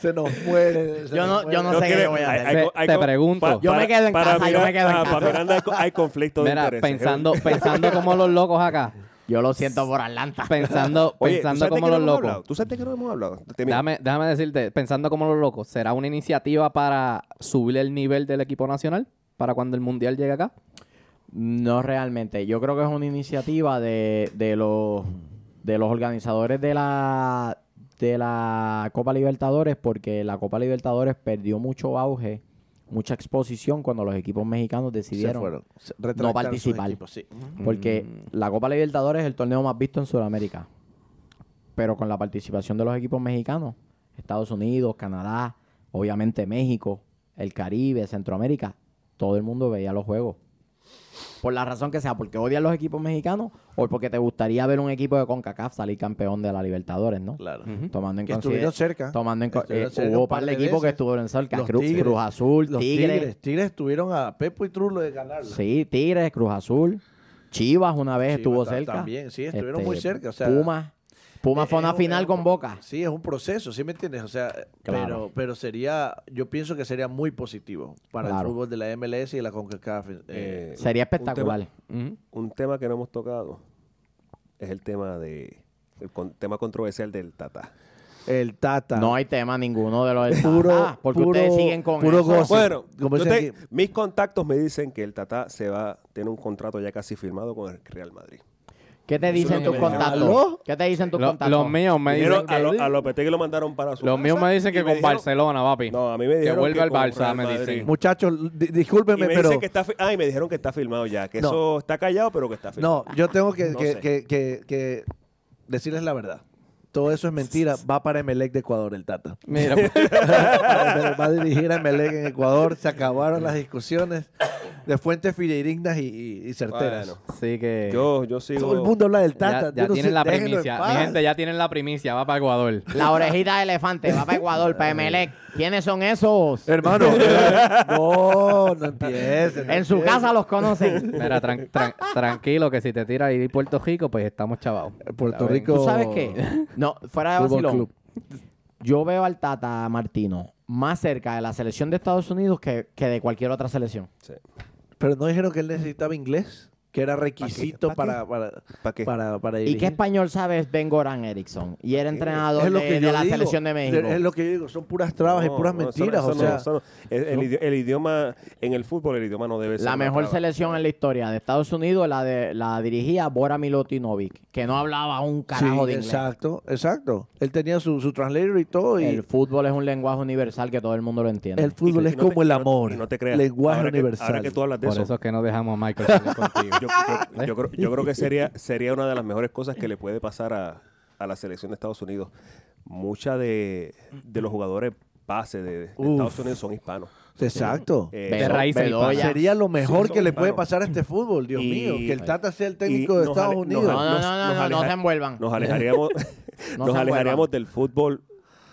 [SPEAKER 4] se nos muere.
[SPEAKER 1] Yo no- yo no sé qué
[SPEAKER 2] quiere-
[SPEAKER 1] voy a
[SPEAKER 2] hay-
[SPEAKER 1] hacer.
[SPEAKER 2] hay
[SPEAKER 3] Te-
[SPEAKER 2] co- hay
[SPEAKER 3] te
[SPEAKER 2] co-
[SPEAKER 3] pregunto.
[SPEAKER 1] Yo me quedo en casa, yo me quedo en
[SPEAKER 2] ah,
[SPEAKER 1] casa.
[SPEAKER 2] Para Miranda hay co- hay conflicto de
[SPEAKER 3] Mira,
[SPEAKER 2] intereses.
[SPEAKER 3] pensando, pensando como los locos acá.
[SPEAKER 1] Yo lo siento por Atlanta.
[SPEAKER 3] Pensando,
[SPEAKER 2] Oye, ¿tú
[SPEAKER 3] pensando
[SPEAKER 2] sabes de
[SPEAKER 3] como
[SPEAKER 2] qué no
[SPEAKER 3] los
[SPEAKER 2] hemos
[SPEAKER 3] locos.
[SPEAKER 2] hablado? ¿Tú sabes de qué no hemos hablado? Te- mira,
[SPEAKER 3] Déjame, déjame decirte, pensando como los locos, ¿será una iniciativa para subir el nivel del equipo nacional para cuando el mundial llegue acá?
[SPEAKER 1] No realmente. Yo creo que es una iniciativa de, de los de los organizadores de la de la Copa Libertadores porque la Copa Libertadores perdió mucho auge, mucha exposición cuando los equipos mexicanos
[SPEAKER 4] Se
[SPEAKER 1] decidieron
[SPEAKER 4] fueron. Se retractaron sus
[SPEAKER 1] participar.
[SPEAKER 4] equipos, sí.
[SPEAKER 1] porque la Copa Libertadores es el torneo más visto en Sudamérica. Pero con la participación de los equipos mexicanos, Estados Unidos, Canadá, obviamente México, el Caribe, Centroamérica, todo el mundo veía los juegos. Por la razón que sea, porque odian los equipos mexicanos o porque te gustaría ver un equipo de CONCACAF salir campeón de la Libertadores, ¿no?
[SPEAKER 4] Claro.
[SPEAKER 1] Tomando en
[SPEAKER 4] Que estuvieron
[SPEAKER 1] consideración.
[SPEAKER 4] cerca.
[SPEAKER 1] Tomando en co-
[SPEAKER 4] Estuvieron
[SPEAKER 1] eh,
[SPEAKER 4] cerca
[SPEAKER 1] hubo
[SPEAKER 4] un
[SPEAKER 1] un
[SPEAKER 4] par
[SPEAKER 1] par de
[SPEAKER 4] de
[SPEAKER 1] equipos que
[SPEAKER 4] veces.
[SPEAKER 1] estuvieron cerca.
[SPEAKER 4] Los
[SPEAKER 1] Cru- Cruz,
[SPEAKER 4] Tigres.
[SPEAKER 1] Azul,
[SPEAKER 4] Los
[SPEAKER 1] Tigres.
[SPEAKER 4] Tigres. Tigres tuvieron a Pepo y Trulo de ganarla.
[SPEAKER 1] Sí, Tigres, Cruz Azul. Chivas una vez
[SPEAKER 4] Chivas
[SPEAKER 1] estuvo
[SPEAKER 4] ta-
[SPEAKER 1] cerca. Este,
[SPEAKER 4] también, sí, estuvieron muy cerca, o sea,
[SPEAKER 1] Puma. Puma
[SPEAKER 4] Eh,
[SPEAKER 1] fue a una
[SPEAKER 4] es un- es
[SPEAKER 1] final
[SPEAKER 4] un
[SPEAKER 1] con
[SPEAKER 4] pro-
[SPEAKER 1] Boca.
[SPEAKER 4] Sí, es un proceso, ¿sí me entiendes? O sea,
[SPEAKER 1] Claro.
[SPEAKER 4] pero, pero sería, yo pienso que sería muy positivo para
[SPEAKER 1] Claro.
[SPEAKER 4] el fútbol de la MLS y la CONCACAF. eh,
[SPEAKER 2] eh,
[SPEAKER 1] Sería
[SPEAKER 2] un tema-
[SPEAKER 1] espectacular.
[SPEAKER 3] Ujú.
[SPEAKER 2] un tema que no hemos tocado es el tema de el con- tema controversial del Tata.
[SPEAKER 4] el Tata.
[SPEAKER 1] No hay tema ninguno de los del
[SPEAKER 4] Puro-
[SPEAKER 1] Tata, porque
[SPEAKER 4] puro-
[SPEAKER 1] ustedes siguen con
[SPEAKER 4] puro
[SPEAKER 1] eso.
[SPEAKER 4] gozo.
[SPEAKER 2] Bueno,
[SPEAKER 4] Como
[SPEAKER 2] yo
[SPEAKER 4] dicen
[SPEAKER 2] te-
[SPEAKER 4] aquí.
[SPEAKER 2] mis contactos me dicen que el Tata se va tiene un contrato ya casi firmado con el Real Madrid.
[SPEAKER 1] ¿Qué te dicen
[SPEAKER 3] Eso
[SPEAKER 1] tus
[SPEAKER 3] es lo que me
[SPEAKER 1] contactos?
[SPEAKER 4] ¿Aló?
[SPEAKER 1] ¿Qué te dicen tus
[SPEAKER 3] Lo-
[SPEAKER 1] contactos?
[SPEAKER 3] los míos me dicen
[SPEAKER 2] Primero,
[SPEAKER 3] que,
[SPEAKER 2] a, lo, a Lopetegui lo mandaron para su
[SPEAKER 3] los míos
[SPEAKER 2] casa
[SPEAKER 3] me dicen
[SPEAKER 2] y
[SPEAKER 3] que con
[SPEAKER 2] dijeron-
[SPEAKER 3] Barcelona, papi.
[SPEAKER 2] No, a mí me
[SPEAKER 3] que
[SPEAKER 2] dijeron
[SPEAKER 3] vuelva al
[SPEAKER 2] con
[SPEAKER 3] Barça,
[SPEAKER 2] Real
[SPEAKER 3] me
[SPEAKER 2] Madrid.
[SPEAKER 3] dicen.
[SPEAKER 4] Muchachos, di-
[SPEAKER 2] Y
[SPEAKER 4] discúlpenme,
[SPEAKER 2] me
[SPEAKER 4] pero...
[SPEAKER 2] dicen que está fi- ah, y me dijeron que está filmado ya, que
[SPEAKER 4] No.
[SPEAKER 2] eso está callado, pero que está filmado.
[SPEAKER 4] No, yo tengo que,
[SPEAKER 2] No
[SPEAKER 4] que-
[SPEAKER 2] sé.
[SPEAKER 4] que- que- que decirles la verdad. Todo eso es mentira. Va para Emelec de Ecuador el Tata.
[SPEAKER 3] Mira, pues.
[SPEAKER 4] va va a dirigir a Emelec en Ecuador. Se acabaron las discusiones de fuentes fidedignas y, y- y certeras.
[SPEAKER 2] Bueno,
[SPEAKER 3] así que
[SPEAKER 2] yo, yo sigo.
[SPEAKER 4] Eh, Todo el mundo habla del
[SPEAKER 3] ya,
[SPEAKER 4] Tata.
[SPEAKER 3] ya
[SPEAKER 4] yo no
[SPEAKER 3] tienen
[SPEAKER 4] sé,
[SPEAKER 3] la
[SPEAKER 4] déjenlo en
[SPEAKER 3] primicia. Mi
[SPEAKER 4] paz.
[SPEAKER 3] gente, ya tienen la primicia, va para Ecuador.
[SPEAKER 1] La orejita de elefante va para Ecuador, para Emelec. ¿Quiénes son esos?
[SPEAKER 4] Hermano, no, no empieces. no
[SPEAKER 1] En su
[SPEAKER 4] empieces.
[SPEAKER 1] casa los conocen.
[SPEAKER 3] Mira, tran- tran- tranquilo que si te tira ahí de Puerto Rico, pues estamos chavados.
[SPEAKER 4] Puerto
[SPEAKER 3] Está bien.
[SPEAKER 4] Rico.
[SPEAKER 1] ¿Tú sabes qué? No, fuera de
[SPEAKER 4] Fútbol
[SPEAKER 1] vacilón.
[SPEAKER 4] club.
[SPEAKER 1] Yo veo al Tata Martino más cerca de la selección de Estados Unidos que, que de cualquier otra selección.
[SPEAKER 2] Sí.
[SPEAKER 4] Pero no dijeron que él necesitaba inglés, que era requisito
[SPEAKER 2] ¿Pa' qué?
[SPEAKER 4] para para
[SPEAKER 2] ¿Pa' qué?
[SPEAKER 4] para para
[SPEAKER 1] ¿Y qué
[SPEAKER 4] dirigir.
[SPEAKER 1] español sabes Ben Goran Eriksson? Y era entrenador
[SPEAKER 4] Eh, Es lo
[SPEAKER 1] de,
[SPEAKER 4] que
[SPEAKER 1] de
[SPEAKER 4] yo
[SPEAKER 1] la
[SPEAKER 4] digo.
[SPEAKER 1] selección de México.
[SPEAKER 4] Es lo que yo digo, son puras trabas
[SPEAKER 2] No,
[SPEAKER 4] y puras
[SPEAKER 2] no, eso no-
[SPEAKER 4] mentiras,
[SPEAKER 2] eso
[SPEAKER 4] o
[SPEAKER 2] no,
[SPEAKER 4] sea,
[SPEAKER 2] eso no. El, el idi- el idioma, en el fútbol, el idioma no debe ser.
[SPEAKER 1] la
[SPEAKER 2] una
[SPEAKER 1] mejor
[SPEAKER 2] traba.
[SPEAKER 1] selección en la historia de Estados Unidos la de la dirigía Bora Milutinovic, que no hablaba un carajo
[SPEAKER 4] sí,
[SPEAKER 1] de inglés.
[SPEAKER 4] Exacto, exacto. Él tenía su su translator y todo y
[SPEAKER 1] El
[SPEAKER 4] el,
[SPEAKER 1] fútbol es un lenguaje universal que todo el mundo lo entiende.
[SPEAKER 2] Y
[SPEAKER 4] fútbol
[SPEAKER 2] que-
[SPEAKER 4] es
[SPEAKER 2] y no te-
[SPEAKER 4] como el
[SPEAKER 2] y no-
[SPEAKER 4] amor,
[SPEAKER 2] y no te creas.
[SPEAKER 4] lenguaje
[SPEAKER 2] ahora que-
[SPEAKER 4] universal.
[SPEAKER 2] ahora que tú hablas de
[SPEAKER 3] Por
[SPEAKER 2] eso.
[SPEAKER 3] eso es que no dejamos a Michael salir contigo.
[SPEAKER 2] yo, yo- yo creo, yo creo que sería, sería una de las mejores cosas que le puede pasar a, a la selección de Estados Unidos. Mucha de, de los jugadores base de, de
[SPEAKER 4] Uf.
[SPEAKER 2] Estados Unidos son hispanos.
[SPEAKER 4] Exacto.
[SPEAKER 2] Eh,
[SPEAKER 1] Bedo-
[SPEAKER 3] de raíz
[SPEAKER 1] Bedoya.
[SPEAKER 4] Sería lo mejor
[SPEAKER 2] Sí,
[SPEAKER 4] que le
[SPEAKER 2] son-
[SPEAKER 4] puede
[SPEAKER 2] bueno.
[SPEAKER 4] pasar a este fútbol, Dios
[SPEAKER 2] Y-
[SPEAKER 4] mío, que el Tata sea el técnico
[SPEAKER 2] y
[SPEAKER 4] de
[SPEAKER 2] nos
[SPEAKER 4] Estados
[SPEAKER 2] ale- nos
[SPEAKER 4] Unidos.
[SPEAKER 1] No, no, no,
[SPEAKER 2] nos-
[SPEAKER 1] no,
[SPEAKER 2] nos
[SPEAKER 1] no, no
[SPEAKER 2] aleja-
[SPEAKER 1] se envuelvan.
[SPEAKER 2] Nos alejaríamos,
[SPEAKER 1] No
[SPEAKER 2] nos
[SPEAKER 1] se
[SPEAKER 2] alejaríamos
[SPEAKER 1] envuelvan.
[SPEAKER 2] del fútbol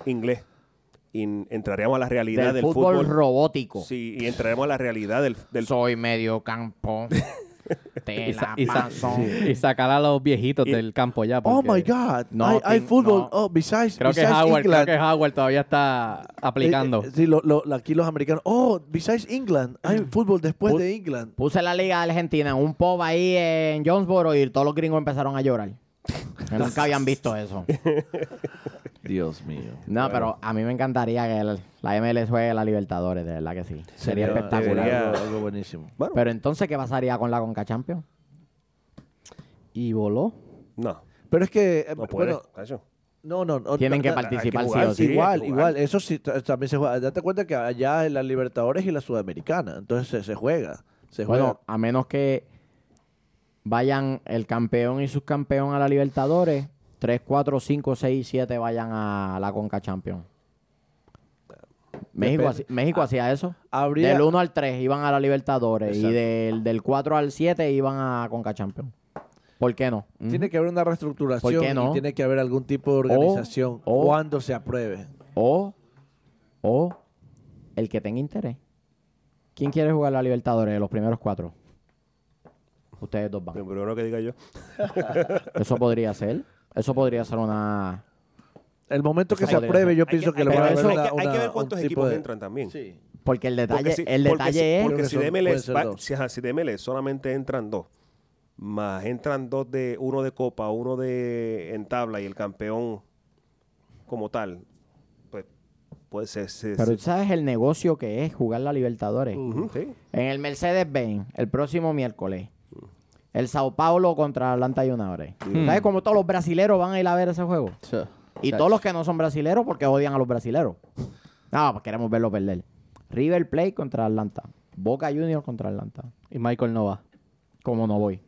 [SPEAKER 2] inglés. Y entraríamos a la realidad
[SPEAKER 1] Del
[SPEAKER 2] del,
[SPEAKER 1] fútbol, robótico.
[SPEAKER 2] Sí, y entraremos a la realidad del, del
[SPEAKER 1] Soy medio campo. Te
[SPEAKER 3] Y, sa-
[SPEAKER 1] la
[SPEAKER 3] y sa-
[SPEAKER 1] paso.
[SPEAKER 3] y sacar a los viejitos
[SPEAKER 2] Y-
[SPEAKER 3] del campo ya.
[SPEAKER 4] Oh
[SPEAKER 3] porque
[SPEAKER 4] my God,
[SPEAKER 1] No,
[SPEAKER 4] hay, hay
[SPEAKER 1] Tim,
[SPEAKER 4] fútbol.
[SPEAKER 1] no.
[SPEAKER 4] Oh, besides,
[SPEAKER 3] Creo que,
[SPEAKER 4] besides
[SPEAKER 3] Howard, creo
[SPEAKER 4] England.
[SPEAKER 3] que Howard todavía está aplicando.
[SPEAKER 4] Eh, eh, sí, lo- lo- aquí los americanos. Oh, besides England, hay fútbol después
[SPEAKER 1] Fut-
[SPEAKER 4] de England.
[SPEAKER 1] Puse la liga argentina en un pub ahí en Jonesboro y todos los gringos empezaron a llorar. Que Nunca habían visto eso.
[SPEAKER 4] Dios mío.
[SPEAKER 1] No, pero a mí me encantaría que el- la MLS juegue la Libertadores, de verdad que sí. Sería
[SPEAKER 2] Sería-
[SPEAKER 1] espectacular.
[SPEAKER 2] debería-
[SPEAKER 4] Algo, algo buenísimo.
[SPEAKER 2] Bueno,
[SPEAKER 1] Pero entonces, ¿qué pasaría con la Conca Champions?
[SPEAKER 3] Y voló.
[SPEAKER 2] no,
[SPEAKER 4] Pero es que, eh,
[SPEAKER 2] no puede.
[SPEAKER 4] bueno,
[SPEAKER 2] cacho.
[SPEAKER 4] no, no, no,
[SPEAKER 1] Tienen que
[SPEAKER 4] na- na-
[SPEAKER 1] participar sí
[SPEAKER 2] jugar,
[SPEAKER 1] o
[SPEAKER 4] Sí,
[SPEAKER 1] sí.
[SPEAKER 2] hay
[SPEAKER 4] igual,
[SPEAKER 2] que jugar.
[SPEAKER 4] igual. Eso sí, ta- también se juega. Date cuenta que allá en la Libertadores y la Sudamericana. Entonces se, se juega. Se juega.
[SPEAKER 1] Bueno, a menos que vayan el campeón y subcampeón a la Libertadores, 3, 4, 5, 6, 7 vayan a la Conca Champions. México,
[SPEAKER 4] Depende. Ah,
[SPEAKER 1] haci- México hacía eso.
[SPEAKER 4] habría-
[SPEAKER 1] Del 1 al 3 iban a la Libertadores y
[SPEAKER 4] Exacto.
[SPEAKER 1] del, del 4 al 7 iban a Conca Champions. ¿Por qué no?
[SPEAKER 4] Tiene que haber una reestructuración
[SPEAKER 1] ¿Por qué no?
[SPEAKER 4] y tiene que haber algún tipo de organización
[SPEAKER 1] o-
[SPEAKER 4] cuando se apruebe.
[SPEAKER 1] O, o el que tenga interés, ¿Quién quiere jugar la Libertadores de los primeros cuatro? Ustedes dos van.
[SPEAKER 2] Lo primero que diga yo.
[SPEAKER 1] Eso podría ser. Eso podría ser una.
[SPEAKER 4] El momento que
[SPEAKER 1] Eso
[SPEAKER 4] se
[SPEAKER 1] podría
[SPEAKER 4] apruebe,
[SPEAKER 1] ser.
[SPEAKER 4] yo
[SPEAKER 2] Hay
[SPEAKER 4] pienso
[SPEAKER 2] que-
[SPEAKER 4] que le van a
[SPEAKER 2] hay
[SPEAKER 4] dar
[SPEAKER 2] que-
[SPEAKER 4] una,
[SPEAKER 2] hay que- hay que
[SPEAKER 4] una-
[SPEAKER 2] ver
[SPEAKER 4] un
[SPEAKER 2] cuántos
[SPEAKER 4] tipo
[SPEAKER 2] equipos
[SPEAKER 4] de-
[SPEAKER 2] entran también.
[SPEAKER 4] Sí.
[SPEAKER 1] Porque el detalle,
[SPEAKER 2] Porque si-
[SPEAKER 1] el
[SPEAKER 2] porque
[SPEAKER 1] detalle
[SPEAKER 2] si-
[SPEAKER 1] es.
[SPEAKER 2] Porque si
[SPEAKER 4] Creo que son-
[SPEAKER 2] DML,
[SPEAKER 4] pueden ser
[SPEAKER 2] va-
[SPEAKER 4] dos.
[SPEAKER 2] si, ajá, si DML solamente entran dos, más entran dos de uno de copa, uno de en tabla y el campeón como tal, pues puede ser. se-
[SPEAKER 1] Pero
[SPEAKER 2] se-
[SPEAKER 1] tú sabes el negocio que es jugar la Libertadores.
[SPEAKER 2] Ujú, sí.
[SPEAKER 1] En el Mercedes-Benz, el próximo miércoles. El Sao Paulo contra Atlanta United.
[SPEAKER 3] Mm.
[SPEAKER 1] ¿Sabes cómo todos los brasileros van a ir a ver ese juego? Y
[SPEAKER 3] Chacho.
[SPEAKER 1] todos los que no son brasileros porque odian a los brasileros. No, pues queremos verlos perder. River Plate contra Atlanta. Boca Juniors contra Atlanta.
[SPEAKER 3] Y Michael no va.
[SPEAKER 1] ¿Cómo no voy?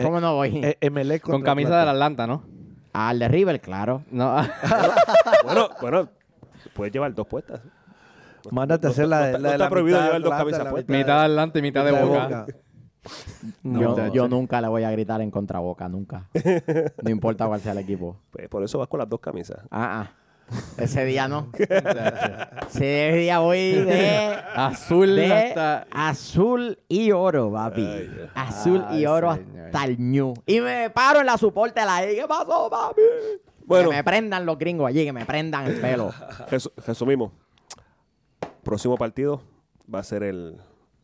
[SPEAKER 1] ¿Cómo no voy?
[SPEAKER 4] Eh, Emelec
[SPEAKER 3] Con
[SPEAKER 4] contra
[SPEAKER 3] camisa del
[SPEAKER 4] Atlanta.
[SPEAKER 3] Atlanta, ¿no?
[SPEAKER 1] Al de River, claro.
[SPEAKER 3] No.
[SPEAKER 2] bueno, bueno, puedes llevar dos puestas.
[SPEAKER 4] Mándate a hacer
[SPEAKER 2] no
[SPEAKER 4] la,
[SPEAKER 2] está-
[SPEAKER 4] la
[SPEAKER 2] no
[SPEAKER 4] de
[SPEAKER 2] está
[SPEAKER 4] la
[SPEAKER 2] prohibido
[SPEAKER 4] mitad,
[SPEAKER 2] llevar dos
[SPEAKER 4] la-
[SPEAKER 2] camisas
[SPEAKER 4] la- la
[SPEAKER 2] puestas.
[SPEAKER 3] mitad de Atlanta y mitad de Boca. No,
[SPEAKER 1] yo,
[SPEAKER 3] muchacho.
[SPEAKER 1] yo nunca le voy a gritar en contra Boca, nunca. No importa cuál sea el equipo.
[SPEAKER 2] Pues por eso vas con las dos camisas.
[SPEAKER 1] Ah, ah. Ese día no. Ese día voy de,
[SPEAKER 3] Azul
[SPEAKER 1] de
[SPEAKER 3] hasta...
[SPEAKER 1] azul y oro, papi. Azul y
[SPEAKER 3] Ay,
[SPEAKER 1] oro
[SPEAKER 3] señor.
[SPEAKER 1] hasta el ñu. Y me paro en la soporte de la E. ¿Qué pasó, papi?
[SPEAKER 2] Bueno.
[SPEAKER 1] Que me prendan los gringos allí, que me prendan el pelo.
[SPEAKER 2] Resu- resumimos. Próximo partido va a ser el,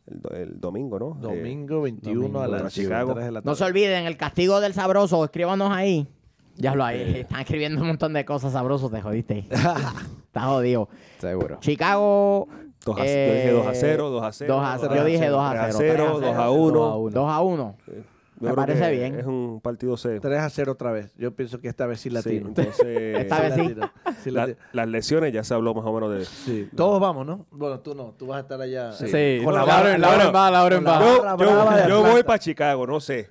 [SPEAKER 2] el, do- el domingo, ¿no? Eh,
[SPEAKER 4] Domingo 21 a
[SPEAKER 2] Domingo
[SPEAKER 4] las
[SPEAKER 2] contra Chicago.
[SPEAKER 4] 3 de la tarde.
[SPEAKER 1] No se olviden, el castigo del sabroso, escríbanos ahí. Ya lo
[SPEAKER 2] Eh.
[SPEAKER 1] ahí, están escribiendo un montón de cosas sabrosos, te jodiste. Está jodido.
[SPEAKER 3] Seguro.
[SPEAKER 1] Chicago. eh,
[SPEAKER 2] dos a- yo dije 2 a 0, 2 a 0.
[SPEAKER 1] dos a- yo dije 2 a 0.
[SPEAKER 2] 0, 2 a 1.
[SPEAKER 1] 2 a 1. Me parece bien.
[SPEAKER 2] Es un partido C.
[SPEAKER 4] 3 a 0 otra vez. Yo pienso que esta vez sí la
[SPEAKER 2] Sí,
[SPEAKER 4] tiro.
[SPEAKER 2] entonces,
[SPEAKER 1] Esta vez sí.
[SPEAKER 4] la tiro. Sí la
[SPEAKER 2] la-
[SPEAKER 4] tiro.
[SPEAKER 2] las lesiones ya se habló más o menos de.
[SPEAKER 4] Sí. Todos vamos, ¿no? Bueno, tú no. Tú vas a estar allá.
[SPEAKER 3] Sí.
[SPEAKER 4] Con la barra.
[SPEAKER 3] Lauren, Lauren va, Lauren
[SPEAKER 4] Con la
[SPEAKER 3] va.
[SPEAKER 2] Yo,
[SPEAKER 4] Barra
[SPEAKER 2] yo-
[SPEAKER 4] brava de
[SPEAKER 2] yo
[SPEAKER 4] Atlanta.
[SPEAKER 2] voy para Chicago, no sé.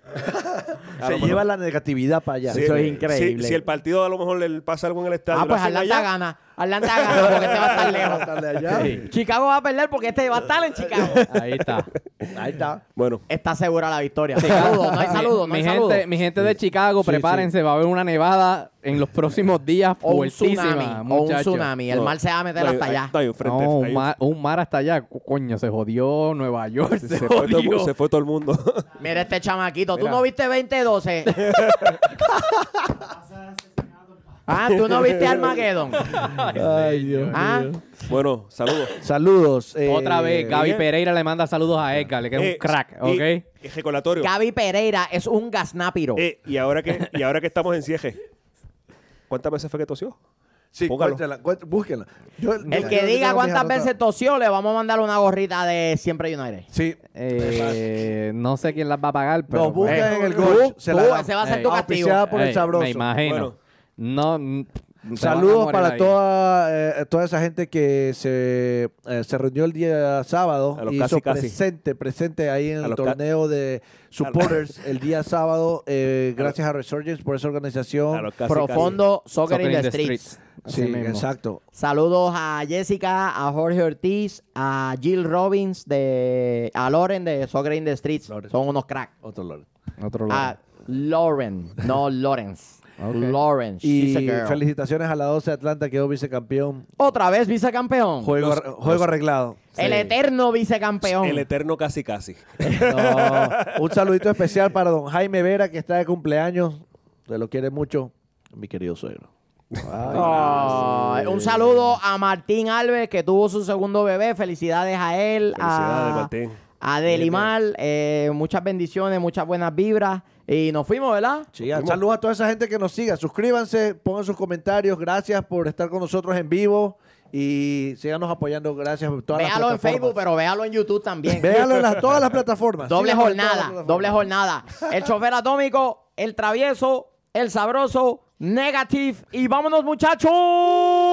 [SPEAKER 2] A
[SPEAKER 4] Se
[SPEAKER 2] lo
[SPEAKER 4] lleva
[SPEAKER 2] mejor-
[SPEAKER 4] la negatividad para allá.
[SPEAKER 2] si-
[SPEAKER 1] Eso es
[SPEAKER 2] si-
[SPEAKER 1] increíble.
[SPEAKER 2] Si, el partido a lo mejor le pasa algo en el estadio.
[SPEAKER 1] Ah,
[SPEAKER 2] lo
[SPEAKER 1] pues
[SPEAKER 2] hacen
[SPEAKER 1] Atlanta
[SPEAKER 2] allá,
[SPEAKER 1] gana. Atlanta gana porque este va a estar lejos.
[SPEAKER 4] Estar de allá.
[SPEAKER 1] Chicago va a perder porque este va a estar en Chicago.
[SPEAKER 3] Ahí está.
[SPEAKER 4] Ahí está.
[SPEAKER 2] Bueno,
[SPEAKER 1] Está segura la victoria. Saludos, no hay saludos, no
[SPEAKER 3] mi,
[SPEAKER 1] hay saludos.
[SPEAKER 3] gente, mi gente de Chicago, prepárense. Va a haber una nevada en los próximos días
[SPEAKER 1] O un
[SPEAKER 3] fuertísima,
[SPEAKER 1] tsunami, o un
[SPEAKER 3] muchachos.
[SPEAKER 1] tsunami. El
[SPEAKER 2] no,
[SPEAKER 1] mal se va a meter
[SPEAKER 2] no,
[SPEAKER 1] hasta
[SPEAKER 2] hay-
[SPEAKER 1] allá.
[SPEAKER 2] no, hay un frente-
[SPEAKER 3] No,
[SPEAKER 2] hay
[SPEAKER 3] un
[SPEAKER 2] un-
[SPEAKER 3] mar, un mar hasta allá. Co- Coño, se jodió Nueva York. Se,
[SPEAKER 2] se, fue todo, el mu-
[SPEAKER 3] jodió.
[SPEAKER 2] se fue todo el mundo.
[SPEAKER 1] Mira este chamaquito, tú
[SPEAKER 3] Mira.
[SPEAKER 1] no viste 2012. ah, tú no viste Armageddon.
[SPEAKER 4] Ay, Dios.
[SPEAKER 1] Ah,
[SPEAKER 2] bueno, saludos.
[SPEAKER 4] Saludos. eh,
[SPEAKER 3] Otra vez, Gaby
[SPEAKER 2] bien.
[SPEAKER 3] Pereira le manda saludos a Edgar, le queda
[SPEAKER 2] Eh,
[SPEAKER 3] un crack,
[SPEAKER 2] y-
[SPEAKER 3] ¿ok?
[SPEAKER 2] y recordatorio.
[SPEAKER 1] Gaby Pereira es un gasnápiro.
[SPEAKER 2] Eh, y, ahora que, y ahora que estamos en cieje, ¿cuántas veces fue que tosió?
[SPEAKER 4] Sí,
[SPEAKER 2] Póngalo.
[SPEAKER 4] cuéntela, cuént- búsquenla. Yo- yo-
[SPEAKER 1] El
[SPEAKER 4] yo-
[SPEAKER 1] que diga
[SPEAKER 4] yo tengo mis
[SPEAKER 1] cuántas
[SPEAKER 4] anotadas.
[SPEAKER 1] veces tosió, le vamos a mandar una gorrita de Siempre United.
[SPEAKER 4] Sí.
[SPEAKER 3] Eh, no sé quién las va a pagar, pero.
[SPEAKER 4] Nos buscan
[SPEAKER 1] eh,
[SPEAKER 4] en el
[SPEAKER 1] tú,
[SPEAKER 4] coach.
[SPEAKER 1] tú,
[SPEAKER 4] la damos.
[SPEAKER 1] ese va a ser tu castigo.
[SPEAKER 4] Auspiciada por el
[SPEAKER 3] Ey,
[SPEAKER 4] sabroso.
[SPEAKER 3] Me imagino.
[SPEAKER 2] Bueno.
[SPEAKER 3] No. mm, se van a
[SPEAKER 4] Saludos
[SPEAKER 3] morir
[SPEAKER 4] para
[SPEAKER 3] ahí.
[SPEAKER 4] toda, eh, toda esa gente que se, eh, se reunió el día sábado
[SPEAKER 2] A los
[SPEAKER 4] y
[SPEAKER 2] casi,
[SPEAKER 4] hizo
[SPEAKER 2] casi.
[SPEAKER 4] presente, presente ahí en
[SPEAKER 2] A
[SPEAKER 4] el
[SPEAKER 2] los ca-
[SPEAKER 4] torneo de supporters el día sábado. eh, gracias a Resurgence por esa organización.
[SPEAKER 2] A los casi,
[SPEAKER 1] Oh, Profundo Soccer,
[SPEAKER 3] Soccer
[SPEAKER 1] in the Streets.
[SPEAKER 3] Así
[SPEAKER 4] sí,
[SPEAKER 3] mismo.
[SPEAKER 4] exacto.
[SPEAKER 1] Saludos a Jessica, a Jorge Ortiz, a Jill Robbins, de, a Loren de Soccer in the Streets.
[SPEAKER 4] Loren.
[SPEAKER 1] Son unos cracks.
[SPEAKER 4] Otro lore.
[SPEAKER 3] Otro
[SPEAKER 1] A
[SPEAKER 3] lado.
[SPEAKER 1] Lauren, no Lawrence.
[SPEAKER 3] Ok.
[SPEAKER 1] Lauren, she's a
[SPEAKER 4] Y
[SPEAKER 1] girl.
[SPEAKER 4] felicitaciones a la 12 de Atlanta, quedó vicecampeón.
[SPEAKER 1] Otra vez vicecampeón.
[SPEAKER 4] Juego,
[SPEAKER 2] Los-
[SPEAKER 4] ar- juego
[SPEAKER 2] los-
[SPEAKER 4] arreglado.
[SPEAKER 1] El
[SPEAKER 3] Sí.
[SPEAKER 1] eterno vicecampeón.
[SPEAKER 2] El eterno casi casi.
[SPEAKER 4] Un saludito especial para don Jaime Vera, que está de cumpleaños. Se lo quiere mucho, mi querido suegro.
[SPEAKER 1] Oh, un saludo a Martín Alves, que tuvo su segundo bebé. Felicidades a él.
[SPEAKER 2] Felicidades,
[SPEAKER 1] a,
[SPEAKER 2] Martín.
[SPEAKER 1] A Delimal. eh, muchas bendiciones, muchas buenas vibras. Y nos fuimos, ¿verdad?
[SPEAKER 4] Sí, a- saludos a toda esa gente que nos siga. Suscríbanse, pongan sus comentarios. Gracias por estar con nosotros en vivo y síganos apoyando. Gracias por todas
[SPEAKER 1] Véalo en
[SPEAKER 4] las
[SPEAKER 1] Facebook,
[SPEAKER 4] plataformas.
[SPEAKER 1] pero véalo en YouTube también.
[SPEAKER 4] Véalo en las- todas las plataformas.
[SPEAKER 1] Doble
[SPEAKER 4] Síganos en todas
[SPEAKER 1] jornada,
[SPEAKER 4] las plataformas.
[SPEAKER 1] doble jornada. El chofer atómico, el travieso, el sabroso, negative. Y vámonos, muchachos.